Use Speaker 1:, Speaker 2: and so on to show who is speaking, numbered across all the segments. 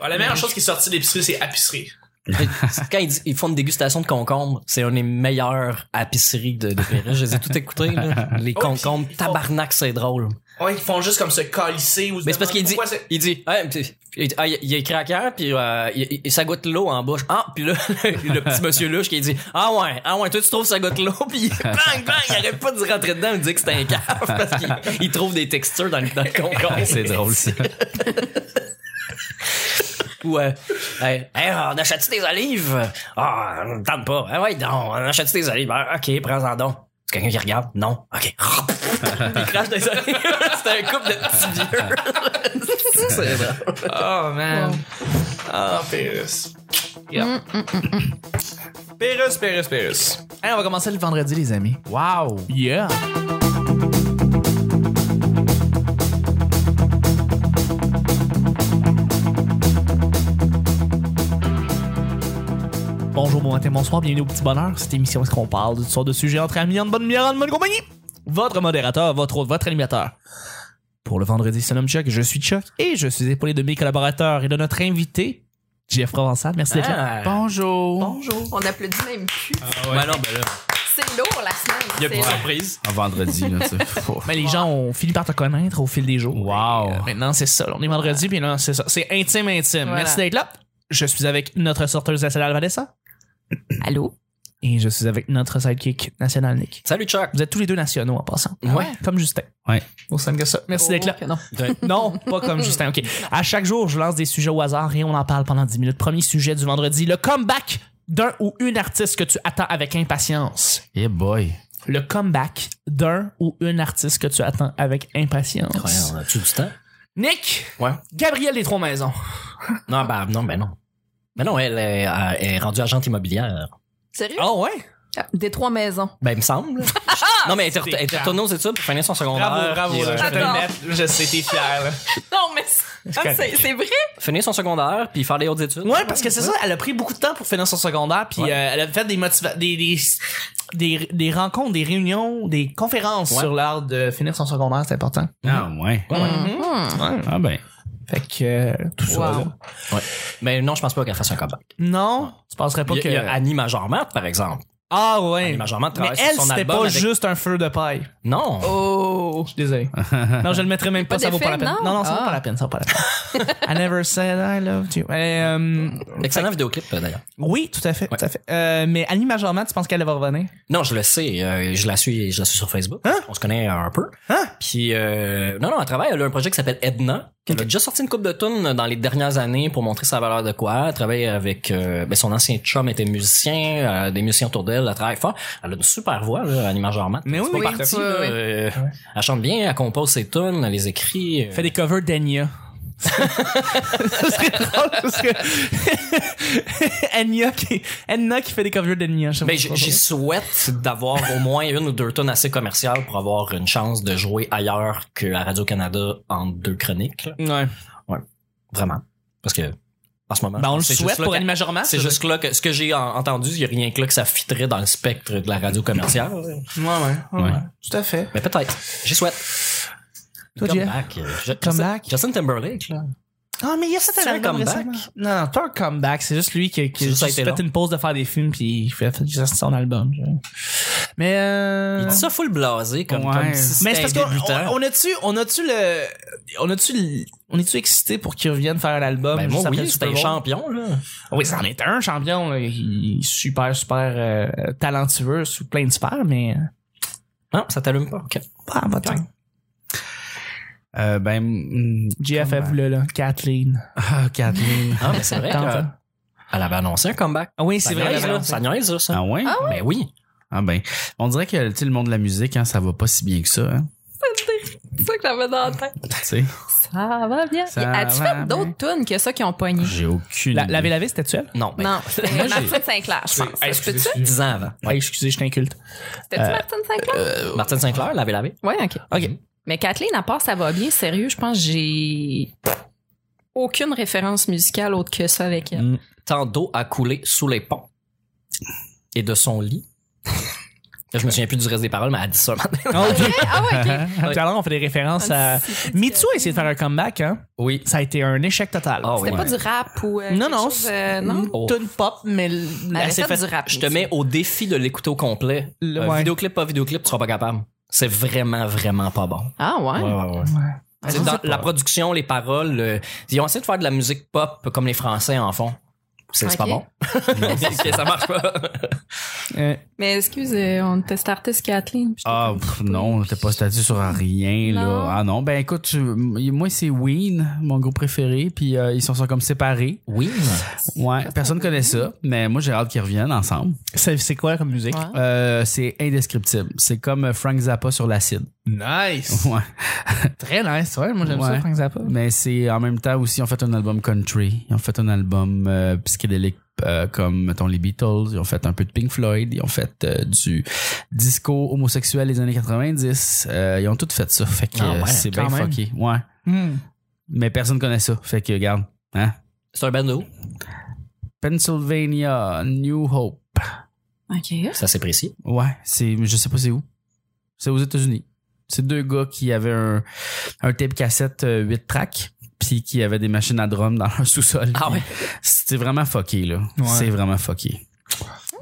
Speaker 1: Ah, la meilleure chose qui est sortie d'épicerie, c'est apicerie.
Speaker 2: Quand ils, dis- ils font une dégustation de concombres, c'est une des meilleures apiceries de, de Pérus. Je les ai tout écoutées, là. Les
Speaker 1: Oh,
Speaker 2: concombres,
Speaker 1: puis-
Speaker 2: tabarnak, c'est drôle.
Speaker 1: Ouais, ils font juste comme se calisser ou se
Speaker 2: Mais c'est parce qu'il
Speaker 1: demander
Speaker 2: dit,
Speaker 1: pourquoi c'est-
Speaker 2: il dit, Ouais, pis- il ah, il- il est craquant, puis euh, il- il- ça goûte l'eau en bouche. Ah, puis là, le petit monsieur louche qui dit, ah ouais, ah ouais, toi tu trouves ça goûte l'eau, puis bang bang, il arrête pas de rentrer dedans, il dit que c'est un cave parce qu'il il trouve des textures dans le, dans le concombre.
Speaker 3: C'est drôle, ça.
Speaker 2: Ou, euh, hey, hey, on achète des olives? Ah, on tente pas. Ah ouais, non, on achète des olives? Ah, ok, prends-en donc. C'est quelqu'un qui regarde? Non. Ok. il crache des olives. c'est un couple de petits vieux. c'est vrai.
Speaker 1: Oh, man. Ah, Pérus. Yeah.
Speaker 4: Mm,
Speaker 1: Pérus, Pérus, Pérus.
Speaker 3: Hey, on va commencer le vendredi, les amis. Wow! Yeah! Bonjour, bon matin, bonsoir, bienvenue au Petit Bonheur. Cette émission, où est-ce qu'on parle de toutes sortes de sujets entre amis, en bonne lumière, en bonne compagnie? Votre modérateur, votre hôte, votre animateur. Pour le vendredi, c'est nomme Chuck, je suis Chuck et je suis épaulé de mes collaborateurs et de notre invité, Jeff Provençal. Merci d'être là.
Speaker 2: Ah.
Speaker 5: Bonjour.
Speaker 2: Bonjour.
Speaker 4: On applaudit même plus.
Speaker 1: Ah.
Speaker 2: Ben non, ben là,
Speaker 4: C'est lourd la semaine.
Speaker 2: il y a
Speaker 4: C'est
Speaker 2: une
Speaker 4: lourd.
Speaker 2: surprise.
Speaker 5: Un vendredi, là, tu sais. Faut-
Speaker 3: Mais les gens ont fini par te connaître au fil des jours.
Speaker 5: Wow.
Speaker 3: Et, euh, maintenant, c'est ça. là, On est vendredi, puis là, c'est ça. C'est intime, intime.
Speaker 4: Voilà.
Speaker 3: Merci d'être là. Je suis avec notre sorteuse nationale Vanessa.
Speaker 4: Allô?
Speaker 3: Et je suis avec notre sidekick national Nick.
Speaker 2: Salut Chuck.
Speaker 3: Vous êtes tous les deux nationaux en passant.
Speaker 2: Ouais.
Speaker 3: Comme Justin.
Speaker 5: Ouais.
Speaker 3: Au sein que ça. Merci d'être là.
Speaker 4: Oh, que non.
Speaker 3: Non, pas comme Justin. OK. À chaque jour, je lance des sujets au hasard et on en parle pendant 10 minutes. Premier sujet du vendredi, le comeback d'un ou une artiste que tu attends avec impatience.
Speaker 5: Yeah, boy.
Speaker 3: Le comeback d'un ou une artiste que tu attends avec impatience.
Speaker 2: on a-tu du temps?
Speaker 3: Nick,
Speaker 2: Ouais.
Speaker 3: Gabriel des Trois Maisons.
Speaker 2: Non, ben non, ben non. Ben non, elle est, euh, elle est rendue agente immobilière.
Speaker 4: Sérieux?
Speaker 3: Ah ouais?
Speaker 4: Ah, Des trois maisons.
Speaker 2: Ben, il me semble. non, mais elle était retour- elle était retournée aux études pour finir son secondaire.
Speaker 1: Bravo, bravo.
Speaker 2: puis, euh,
Speaker 1: là, je vais te
Speaker 4: Attends.
Speaker 1: le mettre. Je sais, t'es fier, là.
Speaker 4: Non, mais c'est ah, c'est- c'est vrai?
Speaker 2: finir son secondaire, puis faire les autres études.
Speaker 3: Ouais, parce que c'est ça, elle a pris beaucoup de temps pour finir son secondaire, puis
Speaker 2: Ouais.
Speaker 3: euh, elle a fait des, motiva- des, des, des, des rencontres, des réunions, des conférences
Speaker 2: Ouais.
Speaker 3: sur l'art de finir son secondaire, c'est important.
Speaker 5: Ah, ouais.
Speaker 4: Mhm.
Speaker 5: Ah, ben.
Speaker 3: Fait que euh, tout ça.
Speaker 4: Wow.
Speaker 3: là.
Speaker 2: Mais Ben non, je pense pas qu'elle fasse un comeback.
Speaker 3: Non, tu penserais pas
Speaker 2: Il y a-
Speaker 3: que.
Speaker 2: il y a Annie Majormat, par exemple.
Speaker 3: Ah ouais.
Speaker 2: Annie Majormat
Speaker 3: Mais
Speaker 2: travaille
Speaker 3: elle,
Speaker 2: sur son
Speaker 3: c'était
Speaker 2: album.
Speaker 3: pas
Speaker 2: avec-
Speaker 3: juste un feu de paille.
Speaker 2: Non.
Speaker 4: Oh!
Speaker 3: Je suis désolé. non, je le mettrai même pas,
Speaker 4: pas
Speaker 3: ça vaut pas la
Speaker 4: d'effet,
Speaker 3: peine. Non,
Speaker 4: non?
Speaker 3: non, ça vaut
Speaker 4: Ah.
Speaker 3: pas la peine, ça vaut pas la peine. I never said I loved you. Et, euh,
Speaker 2: Excellent vidéoclip, euh, d'ailleurs.
Speaker 3: oui, tout à fait, tout à fait. Euh, mais Annie Majormat, tu penses qu'elle va revenir?
Speaker 2: Non, je le sais. euh, je la suis, je la suis sur Facebook.
Speaker 3: Hein?
Speaker 2: On se connaît un peu. Puis euh, non, non, elle travaille. Elle a un projet qui s'appelle Edna. Elle a déjà sorti une coupe de tunes dans les dernières années pour montrer sa valeur de quoi. Elle travaille avec euh, ben, son ancien chum était musicien, euh, des musiciens autour d'elle. Elle travaille fort. Elle a une super voix, là, Annie Majormat.
Speaker 3: Mais oui,
Speaker 2: C'est pas
Speaker 3: oui,
Speaker 2: parti,
Speaker 4: oui,
Speaker 2: là,
Speaker 4: oui.
Speaker 2: euh, Elle chante bien, elle compose ses tunes, elle les écrit. euh,
Speaker 3: Fait des covers d'Enya. ça serait drôle parce que Enya qui, Anna qui fait des covers d'Enya. je sais
Speaker 2: Ben,
Speaker 3: pas
Speaker 2: j-
Speaker 3: pourquoi.
Speaker 2: j'y souhaite d'avoir au moins une ou deux tonnes assez commerciales pour avoir une chance de jouer ailleurs que à Radio-Canada en deux chroniques. là.
Speaker 3: Ouais.
Speaker 2: Vraiment. Parce que, en ce moment.
Speaker 3: Ben, on le
Speaker 2: c'est juste
Speaker 3: souhaite
Speaker 2: là
Speaker 3: pour
Speaker 2: que-
Speaker 3: Annie Majormat.
Speaker 2: C'est
Speaker 3: je
Speaker 2: juste là que ce que j'ai en- entendu, il n'y a rien que là que ça fitterait dans le spectre de la radio commerciale.
Speaker 3: veux dire. Ouais, ouais, ouais.
Speaker 5: Ouais.
Speaker 3: Tout à fait.
Speaker 2: Mais peut-être. J'y souhaite.
Speaker 3: Toi,
Speaker 2: Come
Speaker 3: Jeff?
Speaker 2: back. euh, Je-
Speaker 3: Comeback.
Speaker 2: Justin- Justin Timberlake, là.
Speaker 3: Ah, mais il y a cet
Speaker 2: C'est un
Speaker 3: album
Speaker 2: comeback.
Speaker 3: récemment. Non, non, pas un comeback. C'est juste lui qui, qui
Speaker 2: C'est
Speaker 3: a
Speaker 2: juste ça a
Speaker 3: juste
Speaker 2: été
Speaker 3: fait
Speaker 2: long.
Speaker 3: une pause de faire des films puis il fait fait juste son album. genre. Mais euh...
Speaker 2: Il dit ça full blasé, comme,
Speaker 5: Ouais.
Speaker 2: comme si
Speaker 3: Mais
Speaker 2: c'était
Speaker 3: c'est
Speaker 2: un
Speaker 3: parce qu'on
Speaker 2: débutant.
Speaker 3: on, on a-tu, on a-tu le,
Speaker 1: euh,
Speaker 3: on a-tu, le- on est-tu excité pour qu'il revienne faire un album?
Speaker 2: Ben,
Speaker 3: juste
Speaker 2: moi,
Speaker 3: après le
Speaker 2: oui, c'était
Speaker 3: Super
Speaker 2: un
Speaker 3: Bowl?
Speaker 2: champion, là.
Speaker 3: Oui, c'en est un champion. là. Il est super, super euh, talentueux sous plein de sphères, mais euh,
Speaker 2: Non, ça t'allume pas. OK.
Speaker 3: pas en votre temps.
Speaker 5: Euh, ben. mm,
Speaker 3: JFF, là, là, Kathleen.
Speaker 5: Ah, Kathleen.
Speaker 2: Ah, mais c'est vrai
Speaker 3: Tant,
Speaker 2: qu'elle
Speaker 3: tant.
Speaker 2: avait annoncé un hein, comeback.
Speaker 3: Ah oui,
Speaker 2: Ça
Speaker 3: c'est vrai.
Speaker 2: niaise,
Speaker 3: elle
Speaker 2: là.
Speaker 3: avait-
Speaker 2: Ça niaise, là, ça.
Speaker 5: Ah, ouais?
Speaker 4: Ah
Speaker 2: Ben oui.
Speaker 5: Ah, ben. On dirait que, tu sais, le monde de la musique, hein, ça va pas si bien que ça, hein.
Speaker 4: C'est ça que j'avais dans la tête.
Speaker 5: Tu sais.
Speaker 4: Ça va bien.
Speaker 5: Ça
Speaker 4: As-tu
Speaker 5: va
Speaker 4: fait d'autres tunes que ça qui ont pogné?
Speaker 5: J'ai aucune.
Speaker 3: La,
Speaker 5: idée.
Speaker 3: laver la vie, c'était-tu elle?
Speaker 2: Non, ben,
Speaker 4: Non, c'était
Speaker 5: Moi, j'ai-
Speaker 4: Martine Sinclair, je pense.
Speaker 1: Hey,
Speaker 4: C'était-tu
Speaker 1: excusez, excusez.
Speaker 2: 10 ans avant.
Speaker 3: Ouais, excusez, je t'inculte.
Speaker 4: c'était-tu Martine Sinclair?
Speaker 2: Martine Sinclair Mhm. l'avait lavé.
Speaker 4: euh, Ouais, OK.
Speaker 3: OK.
Speaker 4: Mais Kathleen, à part ça va bien, sérieux, je pense que j'ai aucune référence musicale autre que ça avec elle.
Speaker 2: Tant d'eau a coulé sous les ponts et de son lit. Je me souviens plus du reste des paroles, mais elle dit ça.
Speaker 4: Ah ouais, ok.
Speaker 3: Tout à l'heure, on fait des références à. Mitsu a essayé de faire un comeback, hein?
Speaker 2: Oui.
Speaker 3: Ça a été un échec total.
Speaker 2: Ah
Speaker 4: C'était
Speaker 2: oui.
Speaker 4: pas du rap ou. euh,
Speaker 3: Non,
Speaker 4: quelque
Speaker 3: non,
Speaker 4: chose,
Speaker 3: c'est-
Speaker 4: euh, non.
Speaker 2: Oh.
Speaker 3: Tune pop, mais l-
Speaker 4: Elle
Speaker 3: Ben, elle
Speaker 4: avait
Speaker 3: s'est
Speaker 4: fait
Speaker 3: faite-
Speaker 4: du rap.
Speaker 2: Je te mets au défi de l'écouter au complet.
Speaker 3: Le-
Speaker 2: Euh,
Speaker 3: ouais.
Speaker 2: Vidéoclip, pas vidéoclip, tu seras pas capable. C'est vraiment, vraiment pas bon.
Speaker 4: Ah ouais. Ah,
Speaker 2: C'est dans la production, les paroles, le- ils ont essayé de faire de la musique pop comme les Français en font. C'est c'est pas
Speaker 4: Ok.
Speaker 2: bon. ça marche pas.
Speaker 3: Euh,
Speaker 4: Mais excuse, euh, on t'a starté sur Kathleen. puis j'étais
Speaker 5: Ah,
Speaker 4: comme-
Speaker 5: pff, non, t'es pas statué sur un rien,
Speaker 4: Non.
Speaker 5: là. Ah non, ben écoute, tu- moi, c'est Ween, mon groupe préféré, puis euh, ils sont, sont comme séparés.
Speaker 2: Oui.
Speaker 5: Ouais, personne connaît ça, mais moi, j'ai hâte qu'ils reviennent ensemble.
Speaker 3: c'est c'est quoi comme musique?
Speaker 4: Ouais.
Speaker 5: Euh, c'est indescriptible. C'est comme euh, Frank Zappa sur l'acide.
Speaker 1: Nice.
Speaker 5: Ouais.
Speaker 3: Très nice, ouais. Moi, j'aime ça,
Speaker 5: Ouais.
Speaker 3: Frank Zappa.
Speaker 5: Mais c'est en même temps aussi, ils ont fait un album country, ils ont fait un album euh, psychédélique euh, comme, mettons, les Beatles, ils ont fait un peu de Pink Floyd, ils ont fait euh, du disco homosexuel des années 90, euh, ils ont tout fait ça. Fait que
Speaker 2: Ah ouais,
Speaker 5: euh, c'est
Speaker 3: quand
Speaker 5: bien
Speaker 3: même.
Speaker 5: fucké. Ouais.
Speaker 3: Hmm.
Speaker 5: Mais personne connaît ça. Fait que, regarde, hein?
Speaker 2: C'est un bando.
Speaker 5: Pennsylvania, New Hope.
Speaker 4: Ok.
Speaker 2: C'est assez précis.
Speaker 5: Ouais, c'est, je sais pas c'est où. C'est aux États-Unis. C'est deux gars qui avaient un, un tape cassette 8 tracks, puis qui avaient des machines à drum dans leur sous-sol.
Speaker 2: Ah ouais.
Speaker 5: C'était vraiment fucké, là.
Speaker 3: Ouais.
Speaker 5: C'est vraiment fucké.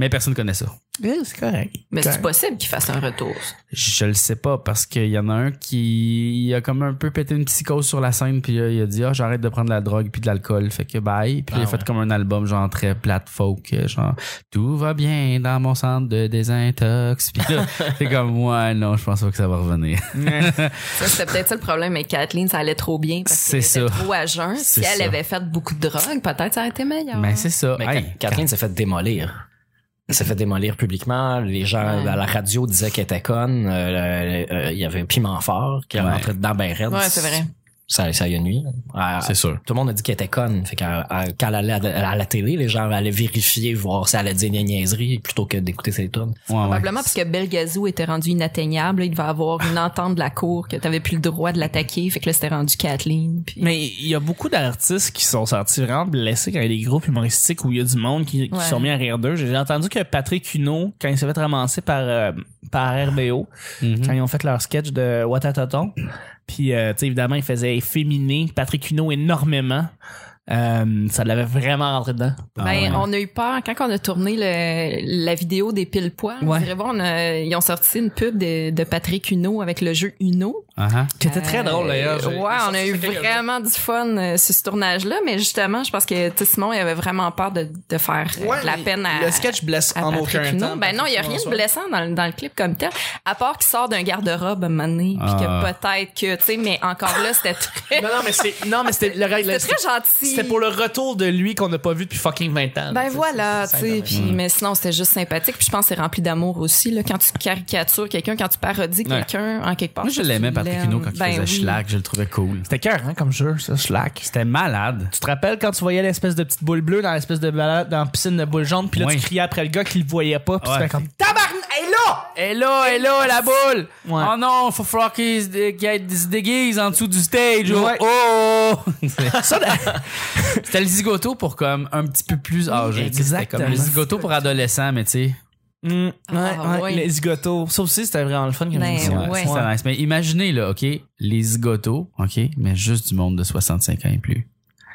Speaker 5: Mais personne connaît ça.
Speaker 3: Eh, c'est correct.
Speaker 4: Mais
Speaker 3: Correct.
Speaker 4: c'est possible qu'il fasse un retour.
Speaker 5: Je le sais pas parce qu'il y en a un qui il a comme un peu pété une psychose sur la scène puis là, il a dit ah j'arrête de prendre de la drogue puis de l'alcool fait que bye puis
Speaker 2: Ah
Speaker 5: il a
Speaker 2: ouais.
Speaker 5: fait comme un album genre très plate folk euh, genre tout va bien dans mon centre de désintox puis là c'est comme ouais non je pense pas que ça va revenir
Speaker 4: Ça, c'était peut-être ça le problème mais Kathleen, ça allait trop bien parce qu'elle
Speaker 5: C'est
Speaker 4: était
Speaker 5: ça.
Speaker 4: trop à jeun. Si
Speaker 5: C'est
Speaker 4: elle
Speaker 5: ça.
Speaker 4: avait fait beaucoup de drogue, peut-être ça aurait été meilleur.
Speaker 5: mais c'est ça
Speaker 2: Mais
Speaker 5: Hey,
Speaker 2: Ka- Ben, Kathleen s'est fait démolir. Elle s'est fait démolir publiquement. Les gens
Speaker 4: Ouais.
Speaker 2: à la radio disaient qu'elle était conne. Euh, euh, euh, Il y avait un piment fort qui est
Speaker 5: Ouais.
Speaker 2: rentré dedans ben raide.
Speaker 4: Ouais, c'est vrai.
Speaker 2: Ça, ça y a nuit. Elle-
Speaker 5: c'est sûr
Speaker 2: tout le monde a dit qu'elle était conne. Fait qu'elle- elle- quand elle allait à, à la télé, les gens allaient vérifier, voir si elle allait dire des niaiseries plutôt que d'écouter ses tunes.
Speaker 5: Ouais, ouais.
Speaker 4: Probablement parce que Belgazou était rendu inatteignable. là, Il devait avoir une entente de la cour que t'avais plus le droit de l'attaquer. Fait que là, c'était rendu Kathleen. Puis...
Speaker 3: Mais il y a beaucoup d'artistes qui sont sortis vraiment blessés quand il y a des groupes humoristiques où il y a du monde qui, qui
Speaker 4: Ouais.
Speaker 3: sont mis à rire d'eux. J'ai entendu que Patrick Huneau, quand il s'est fait ramasser par, euh, par RBO,
Speaker 5: Mhm.
Speaker 4: Ben,
Speaker 3: quand ils ont fait leur sketch de Watataton, puis euh, tu sais, évidemment, il faisait efféminer Patrick Huneau énormément. Euh, ça l'avait vraiment rentré dedans.
Speaker 4: Ben,
Speaker 5: Ah, ouais.
Speaker 4: on a eu peur quand on a tourné le, la vidéo des pile poils.
Speaker 3: Ouais.
Speaker 4: ils ont sorti une pub de, de Patrick Huneau avec le jeu Uno.
Speaker 5: Ah, ah.
Speaker 3: Qui était très
Speaker 4: Euh,
Speaker 3: drôle d'ailleurs.
Speaker 4: Ouais, on a eu vraiment du fun euh, sur ce tournage-là, mais justement, je pense que tu sais, Simon, il avait vraiment peur de, de faire euh, de la peine à.
Speaker 1: Le sketch blesse
Speaker 4: à
Speaker 1: en
Speaker 4: Patrick
Speaker 1: aucun
Speaker 4: Huneau.
Speaker 1: temps.
Speaker 4: Ben non, il y a rien de blessant dans, le- dans le clip comme tel, à part qu'il sort d'un garde-robe à un moment donné, puis que
Speaker 5: Ah.
Speaker 4: peut-être que, tu sais, mais encore là, c'était très,
Speaker 3: Non, non, mais c'est- non, mais c'était le
Speaker 4: c'était très gentil.
Speaker 3: C'était pour le retour de lui qu'on n'a pas vu depuis fucking 20 ans.
Speaker 4: Ben
Speaker 3: Tu sais,
Speaker 4: voilà,
Speaker 3: c'est-
Speaker 4: tu
Speaker 3: c'est
Speaker 4: sais,
Speaker 3: incroyable.
Speaker 4: puis
Speaker 5: Mm.
Speaker 4: mais sinon c'était juste sympathique, puis je pense que c'est rempli d'amour aussi là quand tu caricatures quelqu'un, quand tu parodies quelqu'un en quelque part.
Speaker 5: moi je
Speaker 4: tu
Speaker 5: l'aimais Patrick
Speaker 4: l'aimes.
Speaker 5: Hinault quand il
Speaker 4: Ben
Speaker 5: faisait
Speaker 4: oui.
Speaker 5: Schlack je le trouvais cool
Speaker 3: C'était cœur, hein, comme jeu, ça, Slack.
Speaker 5: c'était malade
Speaker 3: Tu te rappelles quand tu voyais l'espèce de petite boule bleue dans l'espèce de balade dans la piscine de boule jaune, puis là
Speaker 5: Oui.
Speaker 3: tu criais après le gars qui le voyait pas, puis
Speaker 5: Ouais.
Speaker 3: c'était comme
Speaker 5: Tabarn, elle est là! Elle est là, elle est là, la boule!
Speaker 3: Ouais.
Speaker 5: Oh non, faut falloir qu'il se, dé- qu'il se déguise en dessous du stage. Oh,
Speaker 3: Ouais.
Speaker 5: Oh! Ça, là, C'était le zigoto pour comme un petit peu plus âgé. tu sais, c'était comme le
Speaker 3: exactement.
Speaker 5: zigoto pour adolescent, mais tu sais.
Speaker 3: Mm, ouais,
Speaker 4: Ah,
Speaker 3: ouais,
Speaker 4: ouais.
Speaker 3: les zigotos. Ça aussi c'était vraiment le fun comme
Speaker 5: Eh
Speaker 4: Ben,
Speaker 3: émission.
Speaker 4: Ouais.
Speaker 5: c'est ça, nice. Mais imaginez, là, OK, les zigotos, OK, mais juste du monde de 65 ans et plus.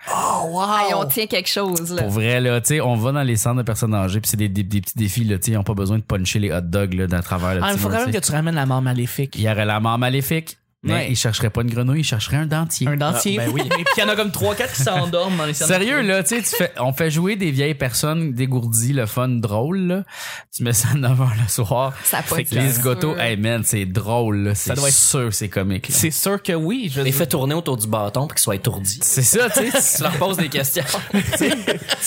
Speaker 4: Hey, on tient quelque chose là.
Speaker 5: Pour vrai, là, tu sais, on va dans les centres de personnes âgées, puis c'est des, des- des petits défis, là, tu sais, ils n'ont pas besoin de puncher les hot dogs, là, à travers le
Speaker 3: Ah, il
Speaker 5: petit
Speaker 3: faut
Speaker 5: mur,
Speaker 3: quand
Speaker 5: tu
Speaker 3: même
Speaker 5: sais.
Speaker 3: que tu ramènes la mort maléfique.
Speaker 5: Il y aurait la mort maléfique, mais
Speaker 3: Ouais.
Speaker 5: ils chercheraient pas une grenouille, ils chercheraient un dentier.
Speaker 3: Un dentier.
Speaker 2: Ah, ben oui.
Speaker 3: Et puis il y en a comme 3-4 qui s'endorment dans les salles de
Speaker 5: Sérieux, là, tu sais, tu fais- on fait jouer des vieilles personnes dégourdies, le fun drôle, là. Tu mets ça à 9h le soir.
Speaker 4: Ça a pas de
Speaker 5: Fait que
Speaker 4: clair.
Speaker 5: les zigotos,
Speaker 4: Sûr.
Speaker 5: hey man, c'est drôle, là. C'est
Speaker 3: doit être-
Speaker 5: sûr, c'est comique. là.
Speaker 3: C'est sûr que oui. Je veux
Speaker 2: Les
Speaker 3: dire.
Speaker 2: fait tourner autour du bâton pour qu'ils soient étourdis.
Speaker 5: C'est ça, tu sais.
Speaker 2: Tu leur poses des questions.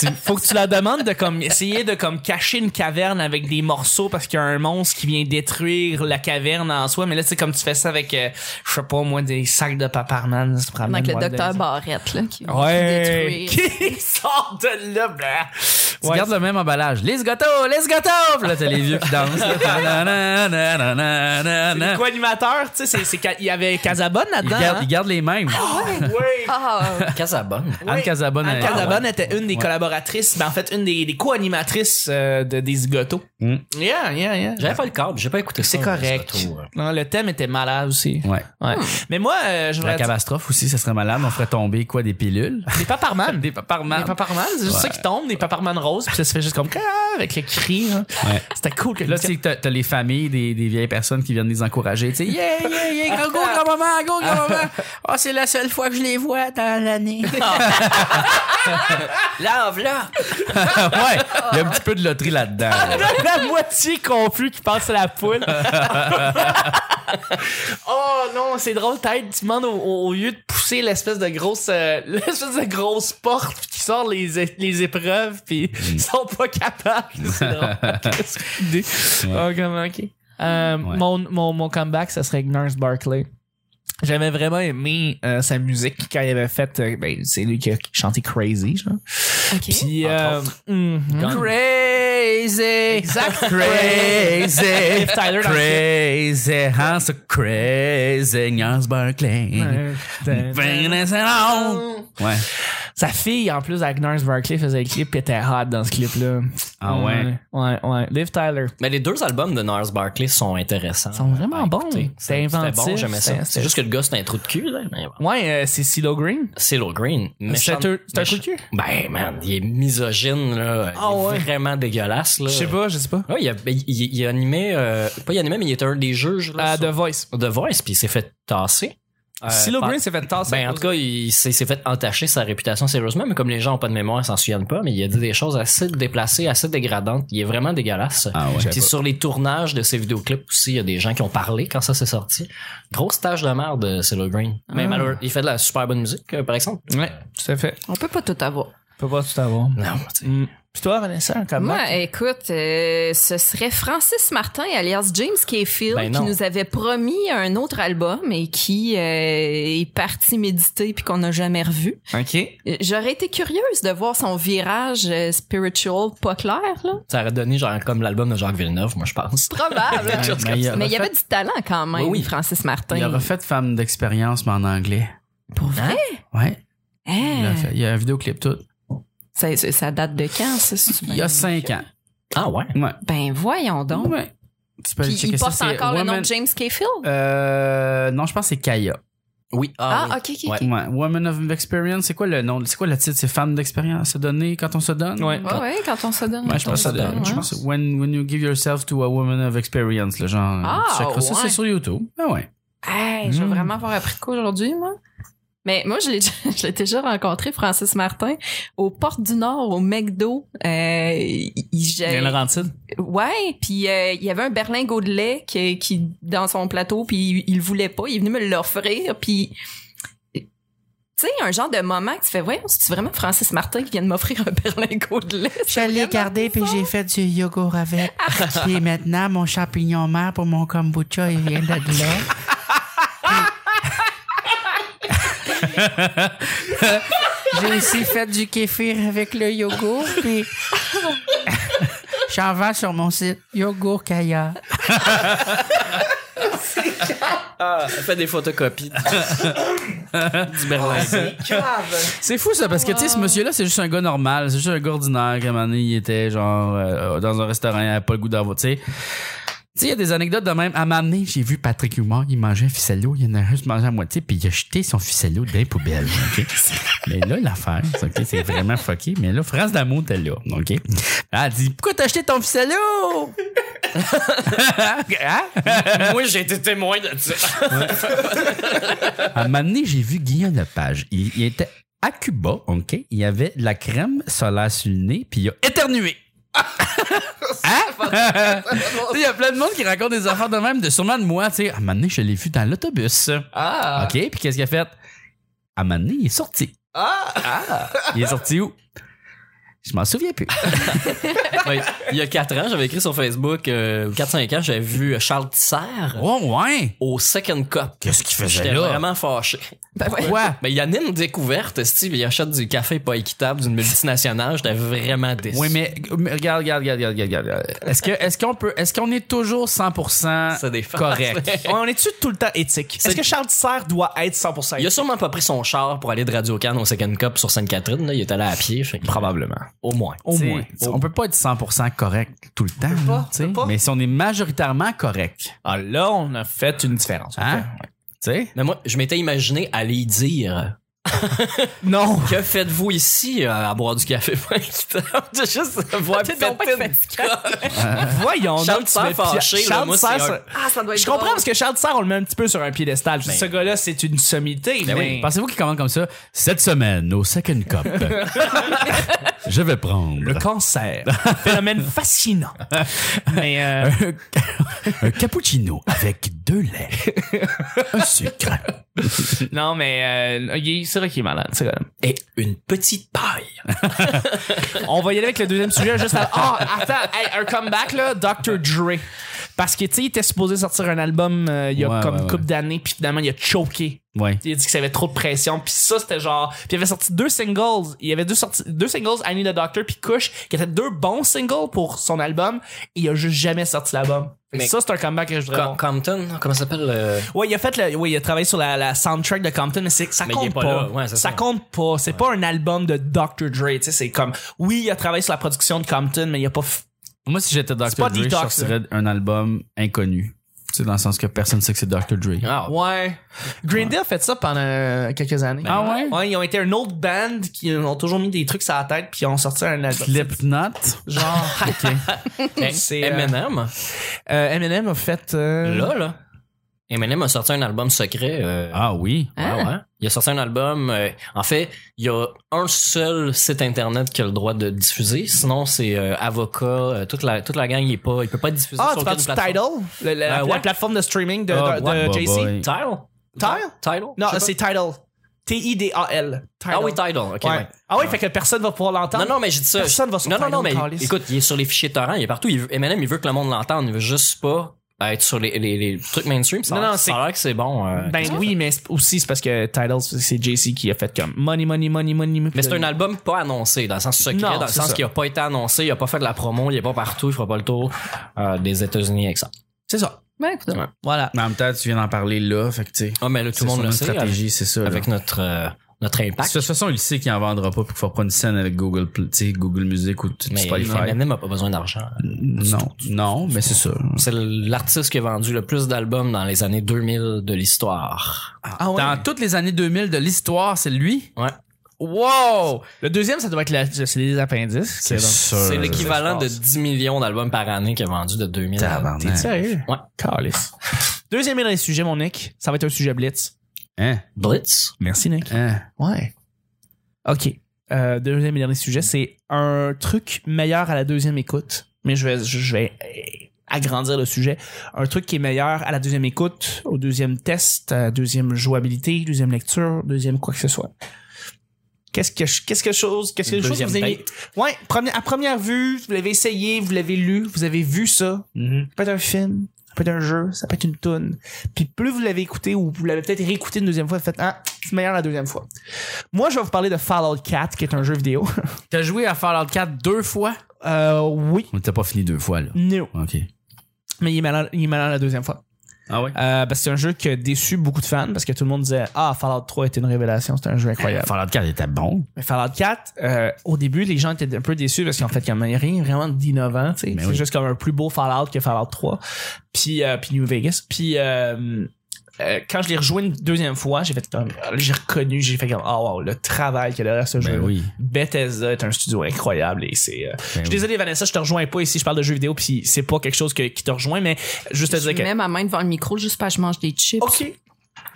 Speaker 3: Tu- faut que tu la demandes de comme essayer de comme cacher une caverne avec des morceaux parce qu'il y a un monstre qui vient détruire la caverne en soi mais là c'est comme tu fais ça avec euh, je sais pas moi des sacs de paparman tu te ramènes
Speaker 4: Avec le
Speaker 3: voir
Speaker 4: docteur
Speaker 3: des-
Speaker 4: Barrette là qui qui
Speaker 3: ouais
Speaker 4: détruit.
Speaker 3: qui sort de là ben? blah.
Speaker 5: Tu gardes le même emballage. Les gâteaux, les gâteaux! Puis là, t'as les vieux qui dansent.
Speaker 3: Le
Speaker 5: Nananananananana.
Speaker 3: co-animateur, tu sais, c'est- c'est ca- il y avait Casabonne
Speaker 5: Ils
Speaker 3: là-dedans.
Speaker 5: gardent,
Speaker 3: hein?
Speaker 5: ils gardent les mêmes.
Speaker 1: Oui.
Speaker 4: Ah,
Speaker 2: Casabonne.
Speaker 5: Anne Casabonne.
Speaker 3: Anne
Speaker 5: elle-
Speaker 3: Casabonne était une des collaboratrices, ben en fait, une des, des co-animatrices euh, de, des Zigotos.
Speaker 5: Mm.
Speaker 3: Yeah, yeah, yeah.
Speaker 2: J'avais pas le câble, j'ai pas écouté ça.
Speaker 3: C'est correct.
Speaker 2: trop, euh.
Speaker 3: Non, le thème était malade aussi.
Speaker 5: Ouais.
Speaker 3: Ouais. Mais moi, euh, je
Speaker 5: Hmm. La
Speaker 3: voudrais dire
Speaker 5: catastrophe aussi, ça serait malade. On ferait tomber quoi des pilules?
Speaker 3: des paparmans.
Speaker 5: Des paparmans.
Speaker 3: Des paparmans, c'est juste
Speaker 5: Ouais.
Speaker 3: ça qui tombe, des paparmans roses, puis ça se fait juste comme ah, avec le cri. hein.
Speaker 5: Ouais.
Speaker 3: C'était cool que
Speaker 5: Là, tu sais, t'as t'as les familles des, des vieilles personnes qui viennent les encourager. Tu sais, yeah, yeah, yeah, grand go, grand maman, go, grand maman. Oh, c'est la seule fois que je les vois dans l'année.
Speaker 2: Lave là!
Speaker 5: ouais, il y a un petit peu de loterie là-dedans. là.
Speaker 3: la moitié confus qui passe à la poule. oh non, c'est drôle, Tête. Tu demandes au, au- au lieu de pousser l'espèce de grosse, euh, l'espèce de grosse porte qui sort les, é- les épreuves, puis ils sont pas capables. C'est drôle. Qu'est-ce que l'idée? Oh, comment, ok. Euh,
Speaker 5: Ouais.
Speaker 3: mon, mon, mon comeback, ça serait Nurse Barclay. J'avais vraiment aimé euh, sa musique quand il avait fait. euh, ben, c'est lui qui a chanté Crazy, genre.
Speaker 4: OK.
Speaker 3: Puis. euh, mhm.
Speaker 5: Crazy.
Speaker 3: Exact.
Speaker 5: Crazy.
Speaker 3: Liv Tyler dans le clip.
Speaker 5: crazy. Hein, so crazy. Nance Barclay. Venez along. Ouais.
Speaker 3: Sa fille, en plus, avec Nurse Barkley, faisait le clip puis était hot dans ce clip-là.
Speaker 5: Ah ouais?
Speaker 3: Ouais, ouais. Liv Tyler.
Speaker 2: Mais Ben, les deux albums de Nars Barkley sont intéressants.
Speaker 3: Ils sont vraiment
Speaker 2: à
Speaker 3: bons.
Speaker 2: écouter.
Speaker 3: C'est inventif.
Speaker 2: bon, j'aimais ça.
Speaker 3: C'est-
Speaker 2: C'est juste que le gars, c'est un trou de cul, là. Mais bon.
Speaker 3: Ouais, euh, c'est CeeLo Green.
Speaker 2: Celo Green.
Speaker 3: C'est
Speaker 2: méchant-
Speaker 3: un c'est un
Speaker 2: méchant-
Speaker 3: coup de cul?
Speaker 2: Ben, man, il est misogyne, là.
Speaker 3: Ah
Speaker 2: il est
Speaker 3: ouais.
Speaker 2: vraiment dégueulasse, là.
Speaker 3: Je sais pas, je sais pas.
Speaker 2: Ouais, il, a, ben, il, il- il a animé, euh, pas il animait, mais il était un des juges là,
Speaker 3: Euh,
Speaker 2: sur
Speaker 3: The Voice.
Speaker 2: The Voice, puis il s'est fait tasser. Euh,
Speaker 3: CeeLo
Speaker 2: par-
Speaker 3: Green s'est fait tasser.
Speaker 2: Ben, en tout cas, il s'est s'est fait entacher sa réputation sérieusement, mais comme les gens ont pas de mémoire, ils s'en souviennent pas, mais il a dit des choses assez déplacées, assez dégradantes. Il est vraiment dégueulasse.
Speaker 5: Ah ouais.
Speaker 2: Puis sur les tournages de ces vidéoclips aussi, il y a des gens qui ont parlé quand ça s'est sorti. Grosse tâche de merde, Celo Green. Mais malheureux, il fait de la super bonne musique, euh, par exemple.
Speaker 3: Ouais, tout à fait.
Speaker 4: On peut pas tout avoir.
Speaker 3: Peut pas tout avoir.
Speaker 2: Non, tu sais.
Speaker 3: Pis toi, Vanessa, un comeback?
Speaker 4: Moi, écoute, euh, ce serait Francis Martin, alias James Cafield,
Speaker 2: Ben non.
Speaker 4: qui nous avait promis un autre album et qui euh, est parti méditer puis qu'on n'a jamais revu.
Speaker 3: OK.
Speaker 4: Euh, J'aurais été curieuse de voir son virage euh, spiritual pas clair, là.
Speaker 2: ça aurait donné genre comme l'album de Jacques Villeneuve, moi je pense.
Speaker 4: Probable.
Speaker 2: Quelque chose
Speaker 5: mais
Speaker 2: comme
Speaker 5: il
Speaker 2: ça.
Speaker 5: a
Speaker 4: Mais il y avait du talent quand même,
Speaker 2: Oui, oui.
Speaker 4: Francis Martin.
Speaker 5: Il a refait Femme d'expérience, mais en anglais.
Speaker 4: Pour vrai?
Speaker 5: Ouais. Il, a
Speaker 4: Hein?
Speaker 5: fait- il y a un vidéoclip tout.
Speaker 4: Ça, ça- ça date de quand, ça? si tu veux?
Speaker 5: Il y a 5 ans.
Speaker 2: Ah ouais.
Speaker 5: Ouais.
Speaker 4: Ben voyons donc.
Speaker 5: Ouais. Tu peux
Speaker 4: Puis
Speaker 5: aller checker
Speaker 4: il
Speaker 5: ça.
Speaker 4: porte
Speaker 5: c'est
Speaker 4: encore le nom
Speaker 5: Woman-
Speaker 4: de James Cafield?
Speaker 5: Euh, non, je pense que c'est Kaya.
Speaker 2: Oui.
Speaker 4: ah,
Speaker 2: Ah, oui.
Speaker 4: ok, ok.
Speaker 2: Ouais.
Speaker 4: ok.
Speaker 5: Ouais. Woman of Experience, c'est quoi le nom? C'est quoi le titre? C'est Femme d'expérience se donner quand on se donne?
Speaker 3: Ouais.
Speaker 4: Ouais, ouais, quand on se donne.
Speaker 5: Ouais, je
Speaker 4: quand on
Speaker 5: pense
Speaker 4: se
Speaker 5: que ça
Speaker 4: donne,
Speaker 5: donne. Je
Speaker 4: ouais.
Speaker 5: pense que when, when you give yourself to a woman of experience, le genre. euh,
Speaker 4: Ah,
Speaker 5: tu checkeras ça,
Speaker 4: ouais.
Speaker 5: c'est sur YouTube. Ah ouais.
Speaker 4: Hey, je vais vraiment avoir appris de quoi aujourd'hui, moi. Mais moi, je l'ai, déjà- je l'ai déjà rencontré, Francis Martin, aux Portes du Nord, au McDo. Euh, il, il- j'ai-
Speaker 3: Laurentine.
Speaker 4: ouais, puis euh, il y avait un berlingot de lait qui, qui dans son plateau, puis il, il le voulait pas. Il est venu me l'offrir, puis... Tu sais, un genre de moment que tu fais, voyons, c'est vraiment Francis Martin qui vient de m'offrir un berlingot de lait. C'est
Speaker 6: J'allais
Speaker 4: vraiment-
Speaker 6: garder puis j'ai fait du yogourt avec. Puis maintenant, mon champignon mère pour mon kombucha, il vient de là. j'ai aussi fait du kéfir avec le yogourt, puis j'en vends sur mon site Yogourt Kaya.
Speaker 2: Ah, elle fait des photocopies du, du Berlin.
Speaker 5: C'est fou ça, parce que tu sais, ce monsieur-là, c'est juste un gars normal, c'est juste un gars ordinaire. Comme année, il était genre euh, dans un restaurant, il avait pas le goût d'avoir. Tu sais, Tu sais, il y a des anecdotes de même. À m'amener, j'ai vu Patrick Humour, il mangeait un ficello, il en a juste mangé à moitié, puis il a jeté son ficello dans les poubelles. ok? mais là, l'affaire, c'est ok, c'est vraiment fucké. Mais là, France d'amour était là. OK? Elle a dit Pourquoi t'as acheté ton ficello Hein?
Speaker 2: Moi, j'ai été témoin de ça.
Speaker 5: À un moment donné, j'ai vu Guillaume Lepage. Il, il était à Cuba, OK? Il y avait de la crème solaire sur le nez, puis il a éternué. hein? Tu sais, Il y a plein de monde qui raconte des affaires de même, de sûrement de moi. tu sais. À un moment donné, je l'ai vu dans l'autobus.
Speaker 3: Ah.
Speaker 5: OK? Puis qu'est-ce Ah! qu'il a fait? À un moment donné, il est sorti. Ah! Il est sorti où? Je m'en souviens plus.
Speaker 2: Ouais, il y a 4 ans, j'avais écrit sur Facebook, euh, 4-5 ans, j'avais vu Charles Tisser
Speaker 5: oh, ouais!
Speaker 2: au Second Cup.
Speaker 5: Qu'est-ce qu'il faisait
Speaker 2: J'étais
Speaker 5: là?
Speaker 2: vraiment fâché.
Speaker 4: Ben ouais.
Speaker 5: Quoi?
Speaker 2: Mais il y en a une découverte, Steve, il achète du café pas équitable d'une multinationale, j'étais vraiment déçu.
Speaker 5: Oui, mais mais regarde, regarde, regarde, regarde, regarde, regarde. Est-ce que, est-ce qu'on peut, est-ce qu'on est toujours 100%
Speaker 2: Ça défend.
Speaker 5: correct?
Speaker 3: on est-tu tout le temps éthique? Est-ce
Speaker 2: C'est-
Speaker 3: que Charles Serre doit être 100%
Speaker 2: Il a sûrement pas pris son char pour aller de Radio-Can au Second Cup sur Sainte-Catherine, là. Il est allé à pied, fait que-
Speaker 5: Probablement.
Speaker 2: Au moins.
Speaker 5: Au
Speaker 2: T'sais,
Speaker 5: moins. On peut pas être 100% correct tout le temps.
Speaker 3: pas,
Speaker 5: tu sais.
Speaker 3: on peut pas.
Speaker 5: Mais si on est majoritairement correct,
Speaker 3: Ah, là, on a fait une différence.
Speaker 5: hein? Tu sais?
Speaker 2: Mais moi, je m'étais imaginé aller y dire
Speaker 3: Non!
Speaker 2: Que faites-vous ici euh, à boire du café pas équitable? De juste voir
Speaker 4: T'es donc
Speaker 2: péter
Speaker 4: pas
Speaker 2: une
Speaker 4: fatigant.
Speaker 2: coche.
Speaker 3: Voyons
Speaker 2: Charles
Speaker 3: donc, tu
Speaker 2: Serre
Speaker 3: mets Pierre-
Speaker 2: fâché, là,
Speaker 3: Charles
Speaker 2: moi, c'est
Speaker 3: Serre,
Speaker 2: un-
Speaker 3: ça-
Speaker 4: Ah, ça doit être
Speaker 3: Je comprends
Speaker 4: drôle.
Speaker 3: parce que Charles Serre, on le met un petit peu sur un piédestal. Je dis,
Speaker 2: Ben-
Speaker 3: Ce gars-là, c'est une sommité.
Speaker 2: Ben oui.
Speaker 3: mais-
Speaker 5: Pensez-vous qu'il commande comme ça? Cette semaine, au Second Cup, je vais prendre
Speaker 3: Le cancer. Phénomène fascinant. Mais euh,
Speaker 5: un, un cappuccino avec deux laits, un sucre.
Speaker 3: non, mais euh, il est- c'est vrai qu'il est malade. c'est vrai.
Speaker 2: Et une petite paille.
Speaker 3: On va y aller avec le deuxième sujet juste à- Ah, attends, hey, un comeback là, Dr. Dre. Parce que tu sais, il était supposé sortir un album euh, il y a
Speaker 5: Ouais,
Speaker 3: comme
Speaker 5: ouais,
Speaker 3: une couple d'années, puis finalement il a choqué.
Speaker 5: Ouais.
Speaker 3: Il a dit que ça avait trop de pression, puis ça c'était genre, puis il avait sorti deux singles, il y avait deux sorti deux singles I Need a Doctor puis Kush qui étaient deux bons singles pour son album, et il a juste jamais sorti l'album. Fait que
Speaker 2: Mais-
Speaker 3: ça c'est un comeback que je voudrais.
Speaker 2: Com-
Speaker 3: voir.
Speaker 2: Compton, comment ça s'appelle? euh,
Speaker 3: Ouais, il a fait le, ouais, il a travaillé sur la, la soundtrack de Compton, mais c'est, ça
Speaker 2: Mais il
Speaker 3: compte
Speaker 2: est
Speaker 3: pas.
Speaker 2: pas là. Ouais,
Speaker 3: ça,
Speaker 2: c'est ça.
Speaker 3: compte pas. C'est pas un album de Dr. Dre. Tu sais, c'est comme, oui, il a travaillé sur la production de Compton, mais il a pas. f-
Speaker 5: Moi, si j'étais Dr.
Speaker 3: C'est pas
Speaker 5: Dre, je
Speaker 3: detox,
Speaker 5: sortirais un album inconnu. C'est dans le sens que personne ne sait que c'est Dr. Dre.
Speaker 2: Ah,
Speaker 3: Ouais. Green Day a fait ça pendant euh, quelques années.
Speaker 5: Ah ouais?
Speaker 3: Ouais, ils ont été un autre band qui euh, ont toujours mis des trucs sur la tête puis ils ont sorti un album.
Speaker 5: Slipknot.
Speaker 3: Genre,
Speaker 2: Eh,
Speaker 3: c'est, euh,
Speaker 2: Eminem.
Speaker 3: euh, Eminem a fait. euh,
Speaker 2: Là, là. Eminem a sorti un album secret. euh,
Speaker 5: Ah oui.
Speaker 2: ouais, ouais. Hein? Il a sorti un album. euh, en fait, il y a un seul site internet qui a le droit de diffuser. Sinon, c'est euh, Avocat. euh, toute, la, toute la gang, il, est pas, il peut pas être diffusé
Speaker 3: Ah,
Speaker 2: sur
Speaker 3: tu parles du
Speaker 2: aucune plateforme.
Speaker 3: Tidal? Le- la,
Speaker 2: Ah ouais.
Speaker 3: la plateforme de streaming de,
Speaker 5: Ah,
Speaker 3: de-
Speaker 5: ouais,
Speaker 3: de
Speaker 5: bah,
Speaker 3: JC?
Speaker 5: boy.
Speaker 2: Tidal?
Speaker 3: Tidal?
Speaker 2: Tidal?
Speaker 3: Non,
Speaker 2: Je sais
Speaker 3: c'est Tidal. T-I-D-A-l.
Speaker 2: pas. Ah oui, Tidal. OK,
Speaker 3: Ouais.
Speaker 2: ouais.
Speaker 3: Ah oui, fait que personne va pouvoir l'entendre.
Speaker 2: Non, non, mais j'ai dit ça.
Speaker 3: Personne va sur
Speaker 2: Non, non,
Speaker 3: Tidal,
Speaker 2: non, mais
Speaker 3: Carlis.
Speaker 2: écoute, il est sur les fichiers torrents, il est partout. Il veut- Eminem, il veut que le monde l'entende. Il veut juste pas être sur les, les, les trucs mainstream. Ça, a
Speaker 3: Non,
Speaker 2: l'air-
Speaker 3: non,
Speaker 2: ça a l'air que c'est bon. euh,
Speaker 3: Ben oui, mais c'est- aussi c'est parce que Tidal, c'est c'est JC qui a fait comme Money, Money, Money, Money.
Speaker 2: mais c'est un album pas annoncé, dans le sens secret,
Speaker 3: Non,
Speaker 2: dans le
Speaker 3: c'est
Speaker 2: sens
Speaker 3: ça.
Speaker 2: qu'il a pas été annoncé, il a pas fait de la promo, il est pas partout, il fera pas le tour euh, des États-Unis avec ça.
Speaker 3: C'est ça.
Speaker 4: Ouais, Ben, écoute.
Speaker 3: Voilà.
Speaker 5: Mais en même temps, tu viens d'en parler là, fait que tu sais.
Speaker 2: Ah, mais là, tout
Speaker 5: c'est
Speaker 2: le monde
Speaker 5: son
Speaker 2: le
Speaker 5: autre
Speaker 2: sait.
Speaker 5: stratégie, c'est ça. là.
Speaker 2: Avec, avec notre, euh, notre
Speaker 5: de
Speaker 2: impact.
Speaker 5: toute façon, il sait qu'il en vendra pas pour qu'il faut prendre une scène avec Google, Pl- tu sais, Google Music ou t-
Speaker 2: Mais
Speaker 5: Spotify.
Speaker 2: Eminem a pas besoin d'argent.
Speaker 5: Non, non, mais c'est ça.
Speaker 2: C'est l'artiste qui a vendu le plus d'albums dans les années 2000 de l'histoire.
Speaker 3: Ah ouais.
Speaker 5: Dans toutes les années 2000 de l'histoire, c'est lui.
Speaker 2: Ouais.
Speaker 3: Wow! Le deuxième, ça doit être la, c'est les appendices.
Speaker 5: C'est sûr.
Speaker 2: C'est l'équivalent de
Speaker 3: c'est-
Speaker 2: 10 millions d'albums par année qu'il a vendu de 2000.
Speaker 5: Tabarnak.
Speaker 3: Sérieux?
Speaker 2: Ouais.
Speaker 3: Calice. Deuxième et dernier sujet, mon Nick. Ça va être un sujet blitz.
Speaker 5: Hein?
Speaker 2: Blitz.
Speaker 3: Merci, Nick.
Speaker 5: Hein?
Speaker 3: Ouais. OK. Euh, deuxième et dernier sujet, c'est un truc meilleur à la deuxième écoute. Mais je vais, je je vais euh, agrandir le sujet. Un truc qui est meilleur à la deuxième écoute, au deuxième test, à la deuxième jouabilité, deuxième lecture, deuxième quoi que ce soit. Qu'est-ce que je- qu'est-ce que chose qu'est-ce que chose que
Speaker 2: Deuxième
Speaker 3: vous avez ouais première- à première vue vous l'avez essayé vous l'avez lu vous avez vu ça ça peut être un film ça peut être un jeu ça peut être une toune puis plus vous l'avez écouté ou vous l'avez peut-être réécouté une deuxième fois vous faites ah c'est meilleur la deuxième fois moi, je vais vous parler de Fallout 4, qui est un jeu vidéo.
Speaker 5: T'as joué à Fallout 4 deux fois?
Speaker 3: Euh, oui.
Speaker 5: On t'a pas fini deux fois, là.
Speaker 3: No.
Speaker 5: OK.
Speaker 3: Mais il est malin, il est malin la deuxième fois.
Speaker 5: Ah ouais?
Speaker 3: Euh, parce que c'est un jeu qui a déçu beaucoup de fans, parce que tout le monde disait Ah, Fallout 3 était une révélation, c'était un jeu incroyable.
Speaker 5: Fallout 4 était bon.
Speaker 3: Mais Fallout 4, euh, au début, les gens étaient un peu déçus parce qu'en fait, comme, il n'y a rien vraiment d'innovant. tu sais.
Speaker 5: Mais
Speaker 3: C'est
Speaker 5: oui.
Speaker 3: juste comme un plus beau Fallout que Fallout 3. Puis, euh, puis New Vegas. Puis euh, euh, quand je l'ai rejoué une deuxième fois, j'ai fait comme j'ai reconnu, j'ai fait comme Ah, wow, le travail qu'il y a derrière ce
Speaker 5: Ben
Speaker 3: jeu.
Speaker 5: oui.
Speaker 3: Bethesda est un studio incroyable et c'est. euh, je
Speaker 5: oui.
Speaker 3: suis désolé Vanessa, je te rejoins pas ici, je parle de jeux vidéo puis c'est pas quelque chose que- qui te rejoint, mais juste te
Speaker 4: Je
Speaker 3: dire que.
Speaker 4: mets ma main devant le micro juste parce que je mange des chips.
Speaker 3: Ok.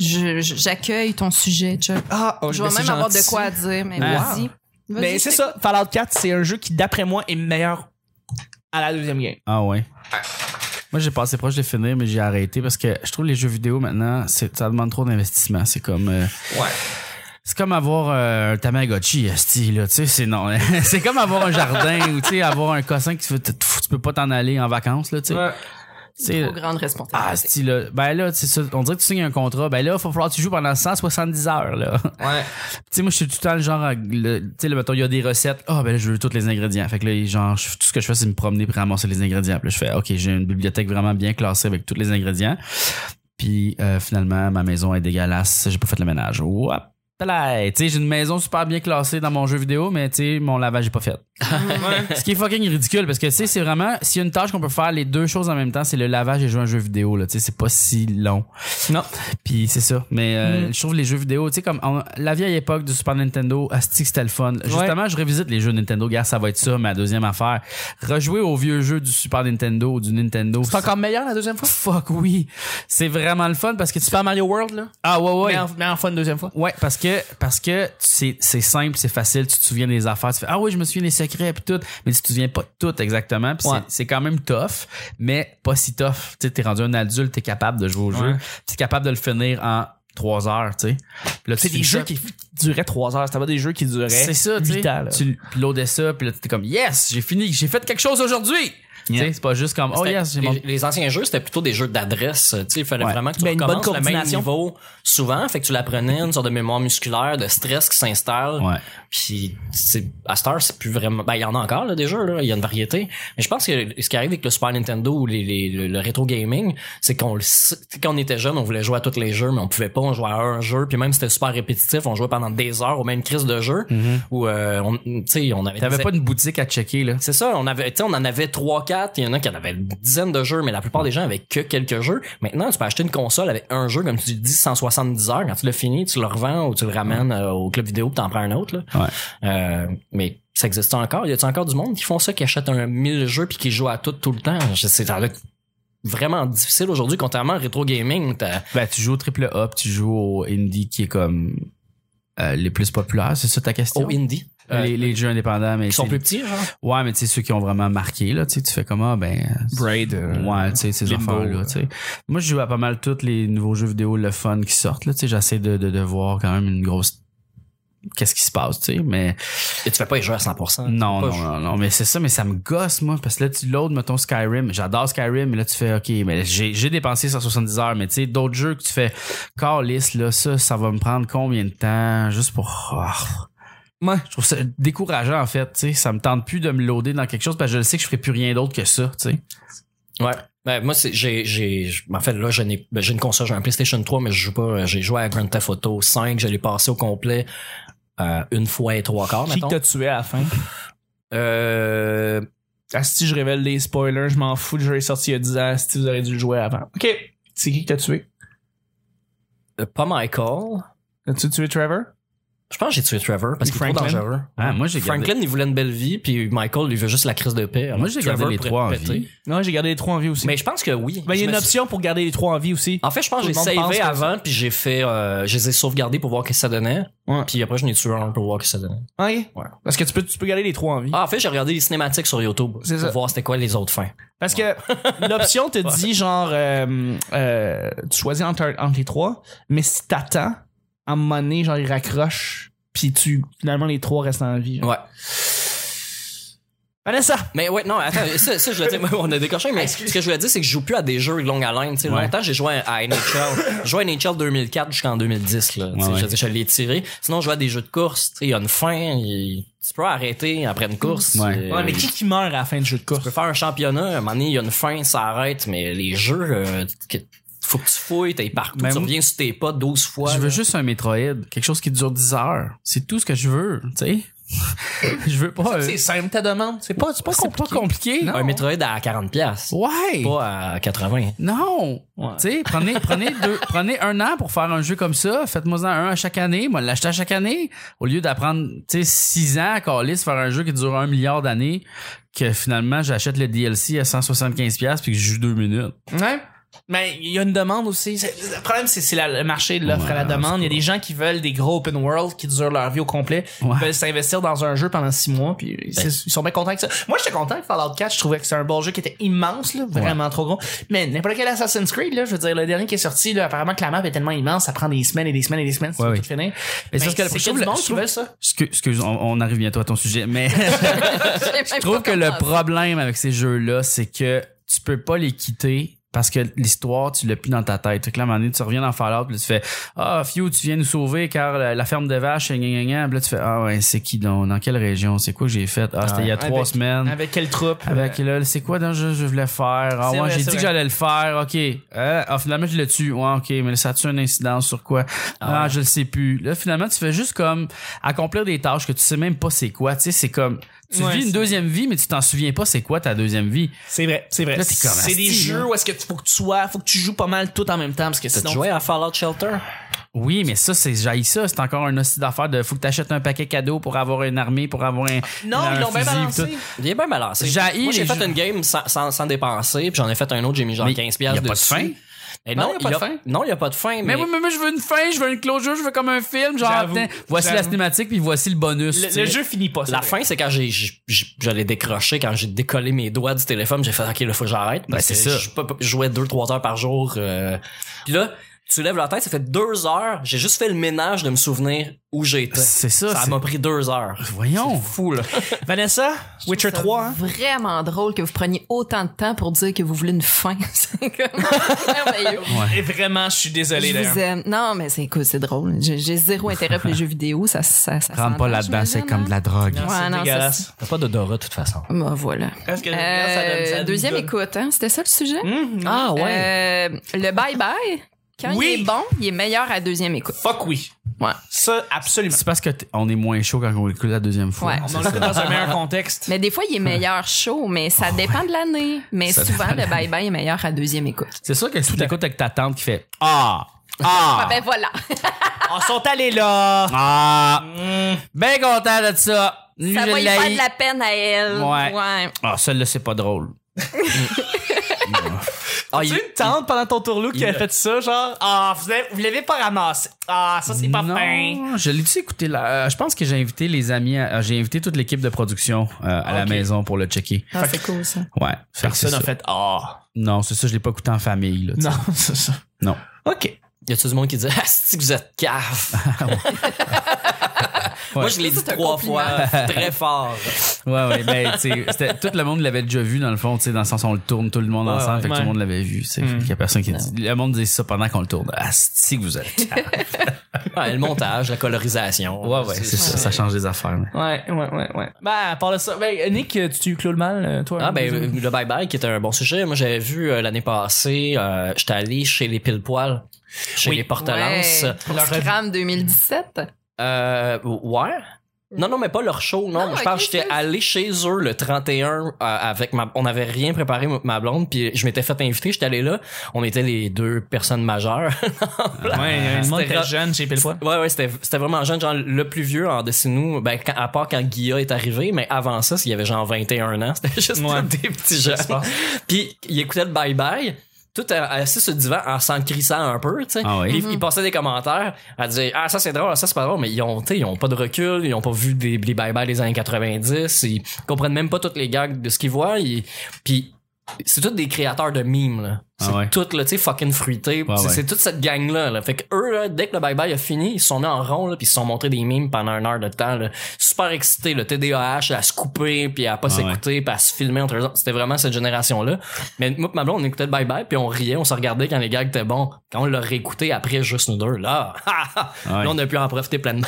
Speaker 4: Je- je- J'accueille ton sujet, Chuck.
Speaker 3: Ah, oh,
Speaker 4: je
Speaker 3: ben,
Speaker 4: vais
Speaker 3: c'est
Speaker 4: même avoir de
Speaker 3: gentil.
Speaker 4: quoi à dire, mais
Speaker 5: Ah.
Speaker 4: vas-y. Vas-y,
Speaker 3: Mais c'est ça, Fallout 4, c'est un jeu qui, d'après moi, est meilleur à la deuxième game.
Speaker 5: Ah ouais. Moi, j'ai passé proche de finir, mais j'ai arrêté parce que je trouve les jeux vidéo maintenant, c'est- ça demande trop d'investissement. C'est comme. euh,
Speaker 3: Ouais.
Speaker 5: C'est comme avoir euh, un Tamagotchi, esti, là, tu sais, c'est non. hein. c'est comme avoir un jardin ou, tu sais, avoir un cossin qui se fait, tu peux pas t'en aller en vacances, là, tu sais.
Speaker 1: Ouais.
Speaker 5: Tu sais,
Speaker 4: Trop grande
Speaker 5: Ah,
Speaker 4: responsabilité.
Speaker 5: si là, ben là, c'est ça, on dirait que tu signes un contrat, ben là, il faut falloir que tu joues pendant 170 heures, là. tu
Speaker 1: Ouais.
Speaker 5: sais, moi, je suis tout le temps le genre, à- le- tu sais, là, mettons, il y a des recettes, ah, ben là, je veux tous les ingrédients. Fait que là, genre, je- tout ce que je fais, c'est me promener pour ramasser les ingrédients. Puis là, je fais, OK, j'ai une bibliothèque vraiment bien classée avec tous les ingrédients. Puis euh, finalement, ma maison est dégueulasse, j'ai pas fait le ménage. Ouap! là, Tu sais, j'ai une maison super bien classée dans mon jeu vidéo, mais tu sais, mon lavage est pas fait. Ce qui est fucking ridicule parce que tu sais, c'est vraiment s'il y a une tâche qu'on peut faire les deux choses en même temps, c'est le lavage et jouer à un jeu vidéo là, tu sais, c'est pas si long.
Speaker 3: Non.
Speaker 5: Puis c'est ça, mais euh, je trouve les jeux vidéo, tu sais comme on- la vieille époque du Super Nintendo, asti que c'était le fun. Justement, je révisite les jeux Nintendo, gars, ça va être ça ma deuxième affaire. Rejouer aux vieux jeux du Super Nintendo ou du Nintendo.
Speaker 3: C'est encore meilleur la deuxième fois?
Speaker 5: fuck oui. C'est vraiment le fun parce que tu
Speaker 3: Super Mario World, là?
Speaker 5: Ah ouais ouais.
Speaker 3: Mais, en, mais en fun deuxième fois.
Speaker 5: Ouais, parce que parce que c'est c'est simple, c'est facile, tu te souviens des affaires, tu fais ah oui, je me souviens des secrets puis tout, mais tu te souviens pas de tout exactement, puis
Speaker 3: Ouais.
Speaker 5: c'est- c'est quand même tough, mais pas si tough. Tu sais, t'es rendu un adulte, t'es capable de jouer au jeu,
Speaker 1: Ouais.
Speaker 5: t'es capable de le finir en trois heures, tu sais. Puis là, tu
Speaker 3: C'est des
Speaker 5: finis
Speaker 3: jeux
Speaker 5: ça,
Speaker 3: qui duraient trois heures. C'était pas des jeux qui duraient.
Speaker 5: c'est ça, tu
Speaker 3: huit
Speaker 5: sais.
Speaker 3: ans, là.
Speaker 5: Tu puis loadais ça, puis là t'étais comme yes, j'ai fini, j'ai fait quelque chose aujourd'hui. Tu sais, c'est pas juste comme oh
Speaker 2: C'était-
Speaker 5: yes, j'ai
Speaker 2: les,
Speaker 5: mon
Speaker 2: les anciens jeux, c'était plutôt des jeux d'adresse. Tu sais, il fallait
Speaker 5: Ouais.
Speaker 2: vraiment que tu
Speaker 3: Ben, une bonne
Speaker 2: recommences le même
Speaker 3: coordination.
Speaker 2: niveau souvent. Fait que tu l'apprenais, une sorte de mémoire musculaire, de stress qui s'installe.
Speaker 5: Ouais.
Speaker 2: Puis c'est- à Star, c'est plus vraiment. Ben, il y en a encore là, des jeux, là. il y a une variété. Mais je pense que ce qui arrive avec le Super Nintendo ou les, les- le, le rétro gaming, c'est qu'on le sait- tu sais, quand on était jeune, on voulait jouer à tous les jeux, mais on pouvait pas, on jouait à un jeu, puis même si c'était super répétitif, on jouait pendant des heures au même crise de jeu
Speaker 5: Mm-hmm.
Speaker 2: où euh, on, tu sais, on avait
Speaker 5: T'avais
Speaker 2: des-
Speaker 5: pas une boutique à checker là.
Speaker 2: c'est ça, on avait, tu sais, on en avait trois, quatre. Il y en a qui en avaient une dizaine de jeux, mais la plupart des gens avaient que quelques jeux. Maintenant, tu peux acheter une console avec un jeu, comme tu dis, 170 heures. Quand tu l'as fini, tu le revends ou tu le ramènes euh, au club vidéo, puis t'en prends un autre. Là.
Speaker 5: Ouais.
Speaker 2: Euh, mais ça existe encore. Y a-t-il encore du monde qui font ça, qui achètent un 1000 jeux puis qui jouent à tout tout le temps Je sais, ça doit être vraiment difficile aujourd'hui, contrairement au rétro gaming. t'as-
Speaker 5: Ben, tu joues au triple A, puis tu joues au indie qui est comme euh, les plus populaires, c'est ça ta question?
Speaker 2: Au indie,
Speaker 5: Euh, les, les jeux indépendants, mais
Speaker 2: qui sont
Speaker 5: c'est-
Speaker 2: plus petits, genre.
Speaker 5: ouais, mais tu sais ceux qui ont vraiment marqué là, tu sais, tu fais comment? Ben, c'est-
Speaker 3: Braid. euh,
Speaker 5: ouais, tu sais ces
Speaker 3: Limbo,
Speaker 5: affaires là, tu sais. Moi, je joue à pas mal tous les nouveaux jeux vidéo le fun qui sortent là, tu sais, j'essaie de, de de voir quand même une grosse qu'est-ce qui se passe, tu sais, mais
Speaker 2: Et tu fais pas les jeux à 100%.
Speaker 5: non,
Speaker 2: pas
Speaker 5: non,
Speaker 2: jouer.
Speaker 5: non, non, mais c'est ça, mais ça me gosse, moi, parce que là, tu loads, mettons, Skyrim. J'adore Skyrim, mais là, tu fais, OK, mais j'ai j'ai dépensé 170 heures, mais tu sais, d'autres jeux que tu fais, Carlis, là, ça, ça va me prendre combien de temps juste pour. Ah. Moi, je trouve ça décourageant, en fait, tu sais. Ça me tente plus de me loader dans quelque chose, parce que je le sais que je ferai plus rien d'autre que ça, tu sais.
Speaker 2: Ouais. Ben, moi, c'est, j'ai, j'ai, j- en fait, là, je n'ai- ben, j'ai une console, j'ai un PlayStation 3, mais je joue pas, euh, j'ai joué à Grand Theft Auto 5, je l'ai passé au complet, euh, une fois et trois quarts,
Speaker 3: Qui
Speaker 2: mettons.
Speaker 3: t'a tué à la fin?
Speaker 2: Euh,
Speaker 3: Ah, si je révèle les spoilers, je m'en fous. Je l'ai sorti il y a 10 ans. Si vous auriez dû le jouer avant. Ok. C'est qui que t'as tué?
Speaker 2: euh, pas Michael.
Speaker 3: As-tu tué Trevor?
Speaker 2: Je pense que j'ai tué Trevor parce
Speaker 3: Ou
Speaker 2: qu'il est trop
Speaker 3: Franklin.
Speaker 2: dangereux.
Speaker 5: Ah, moi, j'ai gardé-
Speaker 2: Franklin, il voulait une belle vie, puis Michael, il veut juste la crise de paix.
Speaker 5: Moi, j'ai gardé
Speaker 2: Trevor
Speaker 5: les
Speaker 2: pourrait
Speaker 5: trois en
Speaker 2: péter.
Speaker 5: vie.
Speaker 3: Non, j'ai gardé les trois en vie aussi.
Speaker 2: Mais je pense que oui.
Speaker 3: Ben, il y a
Speaker 2: Je
Speaker 3: une
Speaker 2: me suis-
Speaker 3: option pour garder les trois en vie aussi.
Speaker 2: En fait, je pense
Speaker 3: Tout
Speaker 2: que j'ai
Speaker 3: le monde pense
Speaker 2: savé
Speaker 3: que-
Speaker 2: avant, puis j'ai fait, euh, je les ai sauvegardés pour voir ce que ça donnait.
Speaker 3: Ouais.
Speaker 2: Puis après, je n'ai tué un pour voir ce que ça donnait.
Speaker 3: Ouais.
Speaker 2: Ouais.
Speaker 3: Parce que tu peux, tu peux garder les trois en vie.
Speaker 2: Ah, en fait, j'ai regardé les cinématiques sur YouTube
Speaker 3: C'est
Speaker 2: pour
Speaker 3: ça.
Speaker 2: voir c'était quoi les autres fins.
Speaker 3: Parce que l'option te dit genre euh, euh, tu choisis entre, entre les trois, mais si t'attends, à un moment donné, genre il raccroche, puis tu finalement les trois restent en vie. genre.
Speaker 2: Ouais.
Speaker 3: Vanessa!
Speaker 2: Mais ouais, non, attends, ça, ça je voulais dire, on a décoché, mais ce que je voulais dire, c'est que je joue plus à des jeux de longue haleine. Tu sais,
Speaker 5: Ouais.
Speaker 2: Longtemps, j'ai joué à NHL. Je jouais à NHL 2004 jusqu'en 2010. Là, tu sais,
Speaker 5: Ouais, ouais.
Speaker 2: Je, je l'ai tiré. Sinon, je jouais à des jeux de course. tu sais, Il y a une fin. il- Tu peux arrêter après une course.
Speaker 5: Ouais.
Speaker 2: Euh,
Speaker 3: Ouais, mais qui qui meurt à la fin du jeu de
Speaker 2: Tu peux
Speaker 3: course?
Speaker 2: faire un championnat. À un moment donné, il y a une fin, ça arrête. Mais les jeux, euh, que- faut que tu fouilles, t'es partout.
Speaker 5: Mais
Speaker 2: tu
Speaker 5: moi-
Speaker 2: reviens sur tes pas 12 fois.
Speaker 5: Je veux
Speaker 2: là.
Speaker 5: juste un Metroid, quelque chose qui dure 10 heures. C'est tout ce que je veux, tu sais. je veux pas. euh,
Speaker 3: C'est simple ta demande. C'est pas, c'est pas
Speaker 5: C'est pas
Speaker 3: compliqué.
Speaker 5: compliqué.
Speaker 2: Un Metroid à 40$. pièces
Speaker 5: Ouais.
Speaker 2: Pas à 80.
Speaker 5: Non!
Speaker 3: Ouais.
Speaker 5: Tu sais, prenez, prenez, deux, prenez un an pour faire un jeu comme ça. Faites-moi un à chaque année. Moi, l'acheter à chaque année. Au lieu d'apprendre, tu sais, six ans à Calis, faire un jeu qui dure un milliard d'années, que finalement, j'achète le DLC à 175$ piastres puis que je joue deux minutes.
Speaker 3: Ouais. Mais il y a une demande aussi. C'est- Le problème, c'est c'est la- le marché de l'offre
Speaker 5: Ouais,
Speaker 3: à la demande. Il y a des gens qui veulent des gros open world qui durent leur vie au complet.
Speaker 5: Ouais. Ben.
Speaker 3: Ils veulent s'investir dans un jeu pendant six mois. Puis c'est- ils sont bien contents avec ça. Moi, j'étais content avec Fallout 4. Je trouvais que c'est un bon jeu qui était immense, là, vraiment trop gros. Mais n'importe quel Assassin's Creed, là, je veux dire, le dernier qui est sorti, là, apparemment que la map est tellement immense, ça prend des semaines et des semaines et des semaines si
Speaker 5: Ouais,
Speaker 3: tu veux tout
Speaker 5: oui.
Speaker 3: finir.
Speaker 5: Mais
Speaker 3: Mais
Speaker 5: c'est
Speaker 3: c'est
Speaker 5: parce que je trouve
Speaker 3: que
Speaker 5: le-
Speaker 3: le monde
Speaker 5: je
Speaker 3: qui
Speaker 5: trouve-
Speaker 3: veut ça.
Speaker 5: Excuse, excuse, on, on arrive bientôt à ton sujet, mais Ah, je
Speaker 4: Je
Speaker 5: trouve que le problème avec ces jeux-là, c'est que tu peux pas les quitter parce que l'histoire, tu l'as plus dans ta tête. Fait que là, à un moment donné, tu reviens dans Fallout, puis tu fais « Ah, Fiu, tu viens nous sauver car la, la ferme de vaches, gna, gna, gna. Puis là, tu fais « Ah ouais, c'est qui donc? Dans quelle région? C'est quoi que j'ai fait? Ah, c'était il y a trois
Speaker 3: Avec-
Speaker 5: semaines. »
Speaker 3: Avec quelle troupe?
Speaker 5: Avec là, c'est quoi dans le jeu que je voulais faire? Ah
Speaker 3: C'est
Speaker 5: ouais,
Speaker 3: vrai, c'est
Speaker 5: j'ai dit que
Speaker 3: vrai.
Speaker 5: j'allais le faire, ok. Euh, ah, finalement, je le tue. Ouais, ok, mais ça a-tu un incident sur quoi? Ah, je le sais plus. Là, finalement, tu fais juste comme accomplir des tâches que tu sais même pas c'est quoi. Tu sais, c'est comme, tu
Speaker 3: Ouais,
Speaker 5: vis
Speaker 3: c'est-
Speaker 5: une deuxième vie, mais tu t'en souviens pas c'est quoi ta deuxième vie.
Speaker 3: C'est vrai, c'est vrai.
Speaker 5: Là, t'es comme,
Speaker 3: C'est des
Speaker 5: asti,
Speaker 3: jeux où est-ce que tu- faut que tu sois, faut que tu joues pas mal tout en même temps parce que
Speaker 2: T'as
Speaker 3: sinon.
Speaker 2: joué à Fallout Shelter?
Speaker 5: Oui, mais ça, c'est, j'haïs ça. C'est encore un hostie d'affaires de, faut que t'achètes un paquet cadeau pour avoir une armée, pour avoir un.
Speaker 3: Ah, Non,
Speaker 5: un
Speaker 3: ils l'ont bien
Speaker 5: fusil,
Speaker 3: balancé.
Speaker 5: puis tout.
Speaker 2: Il est bien balancé.
Speaker 5: J'haïs
Speaker 2: Moi, j'ai
Speaker 5: les
Speaker 2: fait
Speaker 5: jeux-
Speaker 2: une game sans, sans, sans dépenser, puis j'en ai fait un autre, j'ai mis genre
Speaker 5: Mais
Speaker 2: 15
Speaker 5: y a
Speaker 2: piastres
Speaker 5: pas de
Speaker 2: dessus.
Speaker 5: fin?
Speaker 2: Mais
Speaker 3: Non,
Speaker 2: non,
Speaker 3: y a
Speaker 2: il
Speaker 3: pas
Speaker 2: y
Speaker 3: de
Speaker 2: a-
Speaker 3: fin.
Speaker 2: Non, il n'y a pas de fin,
Speaker 5: Mais
Speaker 2: mais...
Speaker 5: oui, mais moi, je veux une fin, je veux une closure, je veux comme un film, genre,
Speaker 3: J'avoue,
Speaker 5: tiens, voici la
Speaker 3: j'avoue.
Speaker 5: cinématique, puis voici le bonus. tu
Speaker 3: Le,
Speaker 5: sais.
Speaker 3: le jeu finit pas. c'est
Speaker 2: La
Speaker 3: vrai.
Speaker 2: fin, c'est quand j'ai, j'ai- j'ai- j'allais décrocher, quand j'ai décollé mes doigts du téléphone, j'ai fait, OK, là, faut que j'arrête. Parce
Speaker 5: c'est
Speaker 2: que
Speaker 5: ça.
Speaker 2: Je, peux pas- je jouais deux, trois heures par jour. euh. Puis là, tu lèves la tête, ça fait deux heures. J'ai juste fait le ménage de me souvenir où j'étais.
Speaker 5: C'est ça,
Speaker 2: Ça
Speaker 5: c'est-
Speaker 2: m'a pris deux heures.
Speaker 5: Voyons.
Speaker 2: Fou, là.
Speaker 3: Vanessa, Witcher 3, hein?
Speaker 4: Vraiment drôle que vous preniez autant de temps pour dire que vous voulez une fin. C'est comme merveilleux.
Speaker 3: Et vraiment, je suis désolé
Speaker 4: Je
Speaker 3: d'ailleurs.
Speaker 4: vous aime. Non, mais c'est écoute, c'est drôle. J'ai j'ai zéro intérêt pour les jeux vidéo. Ça, ça, ça
Speaker 5: Rentre pas
Speaker 4: s'entend,
Speaker 5: là-dedans, c'est
Speaker 4: j'imagine,
Speaker 5: comme de la drogue.
Speaker 4: hein? Ouais, non, ça, c'est-
Speaker 3: dégueulasse.
Speaker 2: T'as pas d'odorat, de toute façon.
Speaker 4: Bah, voilà.
Speaker 3: Est-ce que
Speaker 4: Euh,
Speaker 3: ça donne- ça
Speaker 4: deuxième
Speaker 3: donne-
Speaker 4: écoute, hein? C'était ça le sujet?
Speaker 3: Mhm.
Speaker 2: Ah, ouais.
Speaker 4: Euh, le bye-bye, quand
Speaker 3: Oui.
Speaker 4: il est bon, il est meilleur à deuxième écoute.
Speaker 3: Fuck oui.
Speaker 4: Ouais.
Speaker 3: Ça, absolument.
Speaker 5: C'est parce que t- on est moins chaud quand on l'écoute la deuxième fois.
Speaker 4: Ouais.
Speaker 5: C'est
Speaker 3: On
Speaker 5: ça.
Speaker 3: est dans un meilleur contexte.
Speaker 4: Mais des fois, il est meilleur chaud, mais ça dépend de l'année. Mais souvent, le bye-bye est meilleur à deuxième écoute.
Speaker 5: C'est sûr que si tu l'écoutes avec ta tante qui fait Ah! Ah!
Speaker 4: Ah ben voilà.
Speaker 3: On sont allés là.
Speaker 5: Ah! Ben content de ça! Lui,
Speaker 4: Ça
Speaker 5: je
Speaker 4: va lui
Speaker 5: l'ai.
Speaker 4: faire de la peine à elle.
Speaker 5: Ouais. Ah, celle-là, c'est pas drôle.
Speaker 2: Ah,
Speaker 3: tu
Speaker 2: il-
Speaker 3: une tante pendant ton tourlou qui a fait ça, genre, ah, vous l'avez- vous l'avez pas ramassé. Ah, ça, c'est pas
Speaker 5: non,
Speaker 3: fin.
Speaker 5: Je l'ai-tu écouté là? Euh, je pense que j'ai invité les amis, à- euh, j'ai invité toute l'équipe de production euh, à la
Speaker 3: Ok.
Speaker 5: maison pour le checker.
Speaker 4: Ah, c'est cool ça.
Speaker 5: Ouais. Fait que
Speaker 3: Personne
Speaker 5: c'est
Speaker 3: n'a
Speaker 5: ça.
Speaker 3: fait, ah.
Speaker 5: Non, c'est ça, je l'ai pas écouté en famille. Là, tu sais.
Speaker 3: Non, c'est ça.
Speaker 5: Non.
Speaker 3: OK.
Speaker 2: Y a-tu du monde qui dit Ah, si vous êtes cave
Speaker 5: Ah,
Speaker 2: Moi, je l'ai dit
Speaker 4: C'est un
Speaker 2: trois
Speaker 4: compliment.
Speaker 2: fois, très fort.
Speaker 5: Ouais, ouais, ben, tu sais, c'était- tout le monde l'avait déjà vu, dans le fond, tu sais, dans le sens, on le tourne tout le monde
Speaker 3: Ouais,
Speaker 5: ensemble,
Speaker 3: ouais.
Speaker 5: fait que tout
Speaker 3: Ouais.
Speaker 5: le monde l'avait vu, tu sais. Fait qu'il y a personne qui a dit. Le monde disait ça pendant qu'on le tourne. Ah, si que vous êtes.
Speaker 2: Ouais, le montage, la colorisation.
Speaker 5: Ouais, ouais, c'est ça, ça change les affaires, là.
Speaker 3: Ouais, ouais, ouais, ouais. Ben, à part de ça, ben, Nick, tu- tu clôt le mal, euh, toi?
Speaker 2: Ah ben euh, le bye bye qui était un bon sujet. Moi j'avais vu euh, l'année passée, euh, j'étais allé chez les pile poils, chez
Speaker 3: Oui.
Speaker 2: les porte
Speaker 4: Ouais. Pour Scram 2017.
Speaker 2: Euh, ouais. Non, non, mais pas leur show, non.
Speaker 4: Non,
Speaker 2: je
Speaker 4: Ah, ok,
Speaker 2: parle, j'étais
Speaker 4: excuse.
Speaker 2: allé chez eux le 31 euh, avec ma. On n'avait rien préparé, ma- ma blonde, puis je m'étais fait inviter, j'étais allé là. On était les deux personnes majeures.
Speaker 3: Ouais, le monde
Speaker 2: C'était
Speaker 3: était
Speaker 2: ra-
Speaker 3: jeune chez Pelpois.
Speaker 2: Ouais, ouais, c'était, c'était vraiment jeune. Genre, le plus vieux en dessous de nous, ben, quand- à part quand Guilla est arrivé, mais avant ça, il y avait genre 21 ans. C'était juste
Speaker 3: Ouais.
Speaker 2: tous des petits jeunes. Puis, il écoutait le bye-bye. Tout euh, assis sur le divan en s'en crissant un peu, tu sais.
Speaker 5: Ah oui.
Speaker 2: Puis, il passait des commentaires à dire Ah, ça c'est drôle, ça c'est pas drôle, mais ils ont, tu sais, ils ont pas de recul, ils ont pas vu des, les bye-bye des années 90, ils comprennent même pas toutes les gags de ce qu'ils voient. ils- Puis, c'est tous des créateurs de mimes, là. C'est
Speaker 5: Ah ouais.
Speaker 2: tout, là, tu sais, fucking fruité.
Speaker 5: Ouais,
Speaker 2: c'est
Speaker 5: ouais.
Speaker 2: c'est toute cette gang-là. Là. Fait que eux, là, dès que le bye-bye a fini, ils sont mis en rond, là, puis ils se sont montrés des mimes pendant une heure de temps. là. Super excités, le TDAH, à se couper, puis à pas s'écouter, puis à se filmer entre eux autres. C'était vraiment cette génération-là. Mais moi pis ma blonde, on écoutait le bye-bye, puis on riait, on se regardait quand les gags étaient bons. Quand on l'a réécouté après, juste nous deux, là, Ah,
Speaker 5: Ouais.
Speaker 2: là on a pu en profiter pleinement.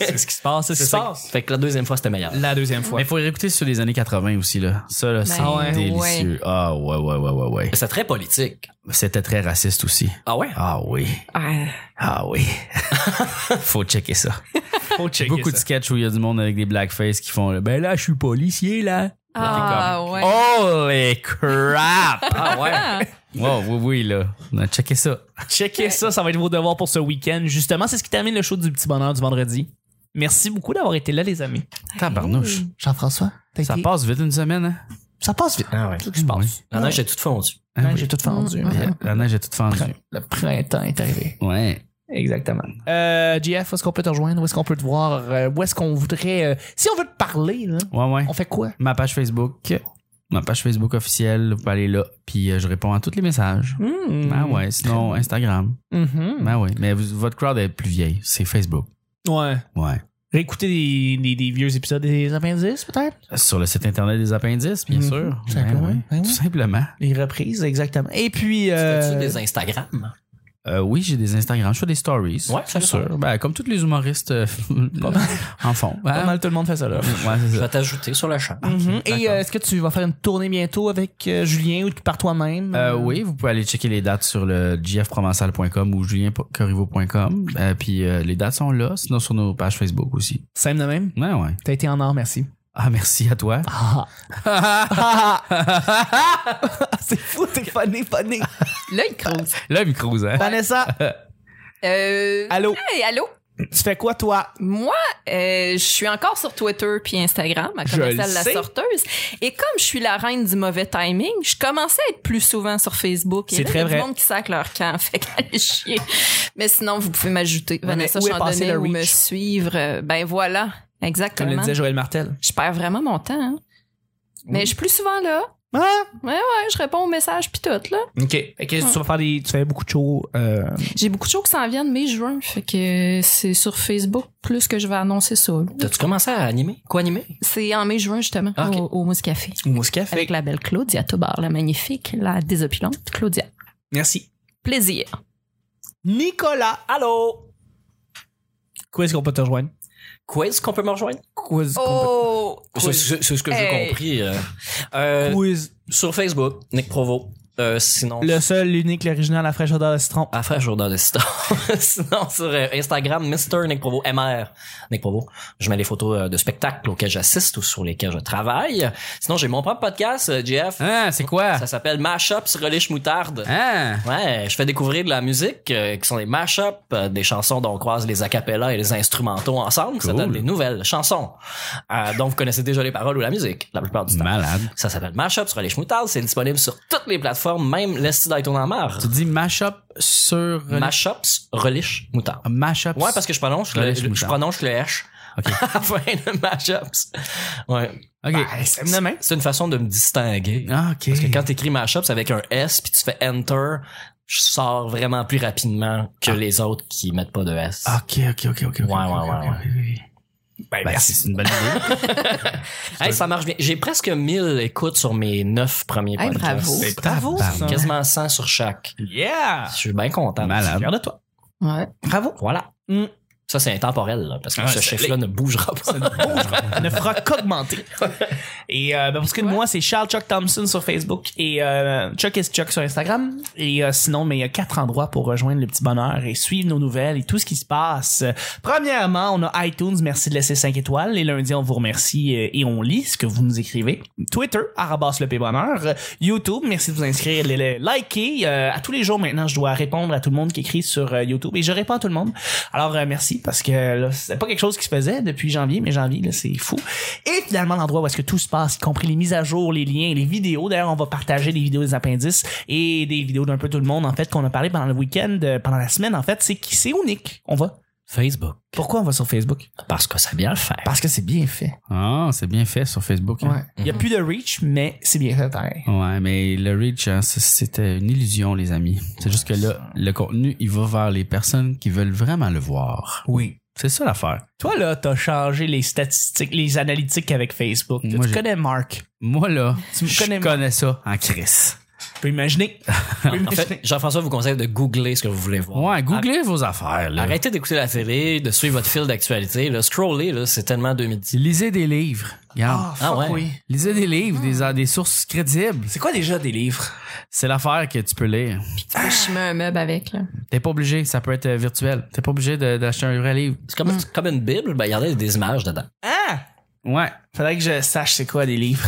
Speaker 3: C'est ce qui se passe, c'est ce qui se passe.
Speaker 2: fait que la deuxième fois, c'était meilleur.
Speaker 3: La deuxième fois.
Speaker 5: Mais faut réécouter ceux des années 80 aussi, là. Ça, là, c'est
Speaker 4: Ben, ouais.
Speaker 5: délicieux. Ah, ouais, ouais, ouais, ouais, ouais.
Speaker 2: C'était très politique.
Speaker 5: C'était très raciste aussi.
Speaker 2: Ah ouais?
Speaker 5: Ah oui. Ah oui. Faut checker ça.
Speaker 3: Faut checker
Speaker 5: Beaucoup de
Speaker 3: ça.
Speaker 5: sketchs où il y a du monde avec des blackface qui font le, ben là, je suis policier, là.
Speaker 4: Ah,
Speaker 5: T'es Oh!
Speaker 4: ouais.
Speaker 5: Holy crap!
Speaker 2: Ah ouais?
Speaker 5: wow, oui, oui, là. On a checké ça.
Speaker 3: Checkez ça, ça va être vos devoirs pour ce week-end. Justement, c'est ce qui termine le show du petit bonheur du vendredi. Merci beaucoup d'avoir été là, les amis.
Speaker 5: Tabarnouche.
Speaker 3: Jean-François, t'as
Speaker 5: Ça
Speaker 3: été
Speaker 5: passe vite une semaine, hein?
Speaker 3: Ça passe vite.
Speaker 2: Ah ouais.
Speaker 3: Je pense.
Speaker 2: La neige est toute fondue.
Speaker 3: Ouais, Ben, Ah, J'ai tout fendu. mais
Speaker 5: Ah Euh, La neige est toute fendue.
Speaker 3: Mm. Le printemps est arrivé.
Speaker 5: Ouais.
Speaker 3: Exactement. Euh, GF, où est-ce qu'on peut te rejoindre? Où est-ce qu'on peut te voir? Euh, Où est-ce qu'on voudrait. euh, si on veut te parler, là,
Speaker 5: Ouais, ouais.
Speaker 3: on fait quoi?
Speaker 5: Ma page Facebook. Ma page Facebook officielle, vous pouvez aller là, puis euh, je réponds à tous les messages.
Speaker 3: Mm. Hmm.
Speaker 5: Ben ouais, sinon Instagram.
Speaker 3: Mhm.
Speaker 5: Ben ouais, mais vous- votre crowd est plus vieille, c'est Facebook.
Speaker 3: Ouais.
Speaker 5: Ouais.
Speaker 3: Réécouter des, des, des vieux épisodes des appendices, peut-être?
Speaker 5: Sur le site internet des appendices, bien
Speaker 3: Mhm.
Speaker 5: sûr.
Speaker 3: Tout
Speaker 5: Ben
Speaker 3: simplement.
Speaker 5: ouais,
Speaker 3: Ben ouais.
Speaker 5: Tout simplement.
Speaker 3: Les reprises, exactement. Et puis.
Speaker 2: Fais-tu
Speaker 3: Euh,
Speaker 2: des Instagram?
Speaker 5: Euh, oui, j'ai des Instagram, je fais des stories.
Speaker 2: Ouais, c'est
Speaker 5: c'est sûr. Ben, comme tous les humoristes euh, en fond.
Speaker 3: pas mal tout le monde fait ça, là.
Speaker 5: Ouais, c'est
Speaker 2: Je
Speaker 5: ça.
Speaker 2: vais t'ajouter sur le champ.
Speaker 3: Mhm. Et euh, est-ce que tu vas faire une tournée bientôt avec euh, Julien ou par toi-même?
Speaker 5: Euh, oui, vous pouvez aller checker les dates sur le gfprovençal.com ou juliencorriveau.com. Euh, puis euh, les dates sont là, sinon sur nos pages Facebook aussi.
Speaker 3: Simple de même.
Speaker 5: Ouais, ouais.
Speaker 3: T'as été en or, merci.
Speaker 5: Ah, merci à toi.
Speaker 3: C'est fou, t'es fané, fané.
Speaker 4: Là, il creuse.
Speaker 5: Là, il crouse, hein?
Speaker 3: Vanessa,
Speaker 4: Euh,
Speaker 3: allô,
Speaker 4: hey, allô?
Speaker 3: tu fais quoi, toi?
Speaker 4: Moi, euh, je suis encore sur Twitter puis Instagram, à
Speaker 3: Je le
Speaker 4: celle la
Speaker 3: sais.
Speaker 4: sorteuse. Et comme je suis la reine du mauvais timing, je commençais à être plus souvent sur Facebook. Et
Speaker 3: C'est
Speaker 4: là,
Speaker 3: très
Speaker 4: il y a
Speaker 3: vrai.
Speaker 4: Du monde qui sac leur camp, fait qu'allez chier. Mais sinon, vous pouvez m'ajouter,
Speaker 3: mais
Speaker 4: Vanessa
Speaker 3: où est passé
Speaker 4: Chandonnet,
Speaker 3: le
Speaker 4: ou me
Speaker 3: reach?
Speaker 4: suivre. Euh, Ben voilà,
Speaker 3: Comme le
Speaker 4: exactement.
Speaker 3: disait Joël Martel.
Speaker 4: Je perds vraiment mon temps. hein. Mais je suis plus souvent là.
Speaker 3: Ah,
Speaker 4: Ouais, je réponds aux messages puis tout là.
Speaker 3: ok. Fait que tu vas faire des. Tu fais beaucoup de shows. euh,
Speaker 4: J'ai beaucoup de choses qui s'en viennent mai-juin, fait que c'est sur Facebook plus que je vais annoncer ça. là.
Speaker 2: T'as-tu commencé à animer? Quoi animer?
Speaker 4: C'est en mai-juin, justement,
Speaker 2: Ah, ok.
Speaker 4: au, au Mousse Café.
Speaker 3: au Mousquet. Fait
Speaker 4: Avec la belle Claudia Tobar, la magnifique, la désopilante Claudia.
Speaker 3: Merci.
Speaker 4: Plaisir.
Speaker 3: Nicolas, allô? Quoi est-ce qu'on peut te rejoindre?
Speaker 2: Quoi est-ce qu'on peut me rejoindre?
Speaker 3: Quiz.
Speaker 4: Oh!
Speaker 2: C'est c'est- c'est ce que j'ai
Speaker 4: Hey.
Speaker 2: compris. euh. Euh,
Speaker 3: Quiz.
Speaker 2: Sur Facebook, Nick Provo. Euh, sinon,
Speaker 3: Le seul, l'unique, l'original, la fraîche odeur de citron.
Speaker 2: à faire Jourdain de Citron. Sinon, sur euh, Instagram, Mr. Nick Provo, MR Nick Provo. Je mets les photos euh, de spectacles auxquels j'assiste ou sur lesquels je travaille. Sinon, j'ai mon propre podcast, euh, JF.
Speaker 5: Hein, c'est quoi?
Speaker 2: Ça s'appelle Mashups Relish Moutarde.
Speaker 5: Hein?
Speaker 2: Ouais, je fais découvrir de la musique euh, qui sont des mashups, euh, des chansons dont on croise les acapellas et les instrumentaux ensemble. Ça
Speaker 5: Cool.
Speaker 2: donne des nouvelles chansons euh, dont vous connaissez déjà les paroles ou la musique la plupart du temps.
Speaker 5: Malade.
Speaker 2: Ça s'appelle Mashup sur les Schmoutards. C'est disponible sur toutes les plateformes, même l'Esti d'Aïton en marre.
Speaker 5: Tu dis mashup sur.
Speaker 2: Mashups, relish, moutard.
Speaker 5: Ah, mashup.
Speaker 2: Ouais, parce que je prononce le,
Speaker 5: Relish
Speaker 2: je
Speaker 5: moutarde.
Speaker 2: prononce le H.
Speaker 5: Ok.
Speaker 2: Enfin, le mashups. Ouais.
Speaker 5: Ok.
Speaker 3: de même.
Speaker 2: C'est une façon de me distinguer.
Speaker 5: Ah, ok.
Speaker 2: Parce que quand t'écris mashups avec un S puis tu fais enter, je sors vraiment plus rapidement
Speaker 5: Ah.
Speaker 2: que les autres qui mettent pas de S.
Speaker 5: Ok, ok, ok, ok. ok,
Speaker 2: Ouais,
Speaker 5: ok,
Speaker 2: ouais,
Speaker 5: ok,
Speaker 2: ouais,
Speaker 5: ok, ok, ok.
Speaker 1: Ben,
Speaker 5: Ben,
Speaker 1: merci.
Speaker 5: c'est une bonne idée.
Speaker 2: Hey, ça marche bien. J'ai presque 1000 écoutes sur mes 9 premiers
Speaker 4: Hey,
Speaker 2: podcasts.
Speaker 4: bravo.
Speaker 1: C'est
Speaker 3: Bravo.
Speaker 5: Tabarnak.
Speaker 3: ça.
Speaker 2: Quasiment 100 sur chaque.
Speaker 3: Yeah!
Speaker 2: Je suis bien content.
Speaker 5: Ah. Malade.
Speaker 3: Regarde toi.
Speaker 4: Ouais.
Speaker 2: Bravo. Voilà.
Speaker 3: Mm. Ah,
Speaker 2: Ça, c'est intemporel, là, parce que
Speaker 1: Ouais,
Speaker 2: ce
Speaker 1: c'est-
Speaker 2: chiffre-là ne bougera pas.
Speaker 3: ne fera qu'augmenter. Et euh, ben, pour ce qui est de moi, c'est Charles Chuck Thompson sur Facebook et euh, Chuck is Chuck sur Instagram. Et euh, sinon, mais il y a quatre endroits pour rejoindre le petit bonheur et suivre nos nouvelles et tout ce qui se passe. Euh, Premièrement, on a iTunes, merci de laisser 5 étoiles. Les lundis, on vous remercie euh, et on lit ce que vous nous écrivez. Twitter, arrobas le P bonheur. Euh, YouTube, merci de vous inscrire, les, les liker. Euh, à tous les jours maintenant, je dois répondre à tout le monde qui écrit sur euh, YouTube et je réponds à tout le monde. Alors euh, merci parce que là, c'est pas quelque chose qui se faisait depuis janvier, mais janvier là c'est fou. Et finalement l'endroit où est-ce que tout se passe, y compris les mises à jour, les liens, les vidéos. D'ailleurs, on va partager des vidéos des appendices et des vidéos d'un peu tout le monde en fait qu'on a parlé pendant le week-end, euh, pendant la semaine en fait, c'est qui c'est unique. On va.
Speaker 2: Facebook.
Speaker 3: Pourquoi on va sur Facebook
Speaker 2: Parce que ça vient le faire.
Speaker 3: Parce que c'est bien fait.
Speaker 5: Ah, c'est bien fait sur Facebook. hein.
Speaker 3: Il
Speaker 2: Mm-hmm.
Speaker 3: y a plus de reach, mais c'est bien fait. pareil.
Speaker 5: Ouais, mais le reach, hein, c- c'était une illusion, les amis. C'est juste que là, le contenu, il va vers les personnes qui veulent vraiment le voir.
Speaker 3: Oui.
Speaker 5: C'est ça l'affaire.
Speaker 3: Toi là, t'as changé les statistiques, les analytiques avec Facebook.
Speaker 5: Moi,
Speaker 3: tu
Speaker 5: j'ai-
Speaker 3: connais Mark.
Speaker 5: Moi, là,
Speaker 3: Tu me
Speaker 5: je
Speaker 3: connais,
Speaker 5: connais,
Speaker 3: Marc.
Speaker 5: ça en crise.
Speaker 3: Tu peux imaginer. Tu peux
Speaker 2: En fait,
Speaker 3: imaginer.
Speaker 2: Jean-François vous conseille de googler ce que vous voulez voir.
Speaker 5: Ouais, googlez vos affaires, là.
Speaker 2: Arrêtez d'écouter la télé, de suivre votre fil d'actualité. là. Scroller, là, c'est tellement 2010.
Speaker 5: Lisez des livres. Regarde.
Speaker 2: Ah ouais.
Speaker 5: Lisez des livres,
Speaker 3: Ah.
Speaker 5: des, des sources crédibles.
Speaker 3: C'est quoi déjà des livres
Speaker 5: C'est l'affaire que tu peux lire.
Speaker 4: Tu peux chimer un meuble avec, là.
Speaker 5: T'es pas obligé, ça peut être euh, virtuel. T'es pas obligé de- d'acheter un vrai livre.
Speaker 2: C'est comme,
Speaker 3: Mm.
Speaker 2: c'est comme une Bible, ben, regardez, il y a des images dedans.
Speaker 3: Ah
Speaker 5: Ouais.
Speaker 3: Faudrait que je sache c'est quoi des livres.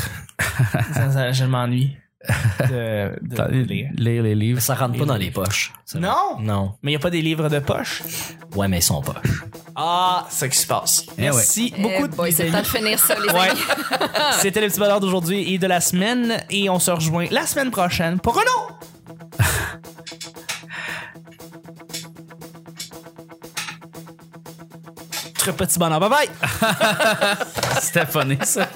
Speaker 3: ça, ça, je m'ennuie. de- de-
Speaker 5: T'as-
Speaker 3: lire.
Speaker 5: lire les livres.
Speaker 2: Ça rentre pas dans les poches. ça.
Speaker 3: Non?
Speaker 2: Non.
Speaker 3: Mais il n'y a pas des livres de poche.
Speaker 2: Ouais, mais ils sont poches.
Speaker 3: Ah, c'est ce qui se passe. Merci beaucoup. de-
Speaker 4: Eh boy, c'est le temps de finir ça, les
Speaker 3: Ouais.
Speaker 4: amis.
Speaker 3: C'était le petit bonheur d'aujourd'hui et de la semaine. Et on se rejoint la semaine prochaine pour un autre. Très petit bonheur. Bye bye.
Speaker 5: C'était funny, ça.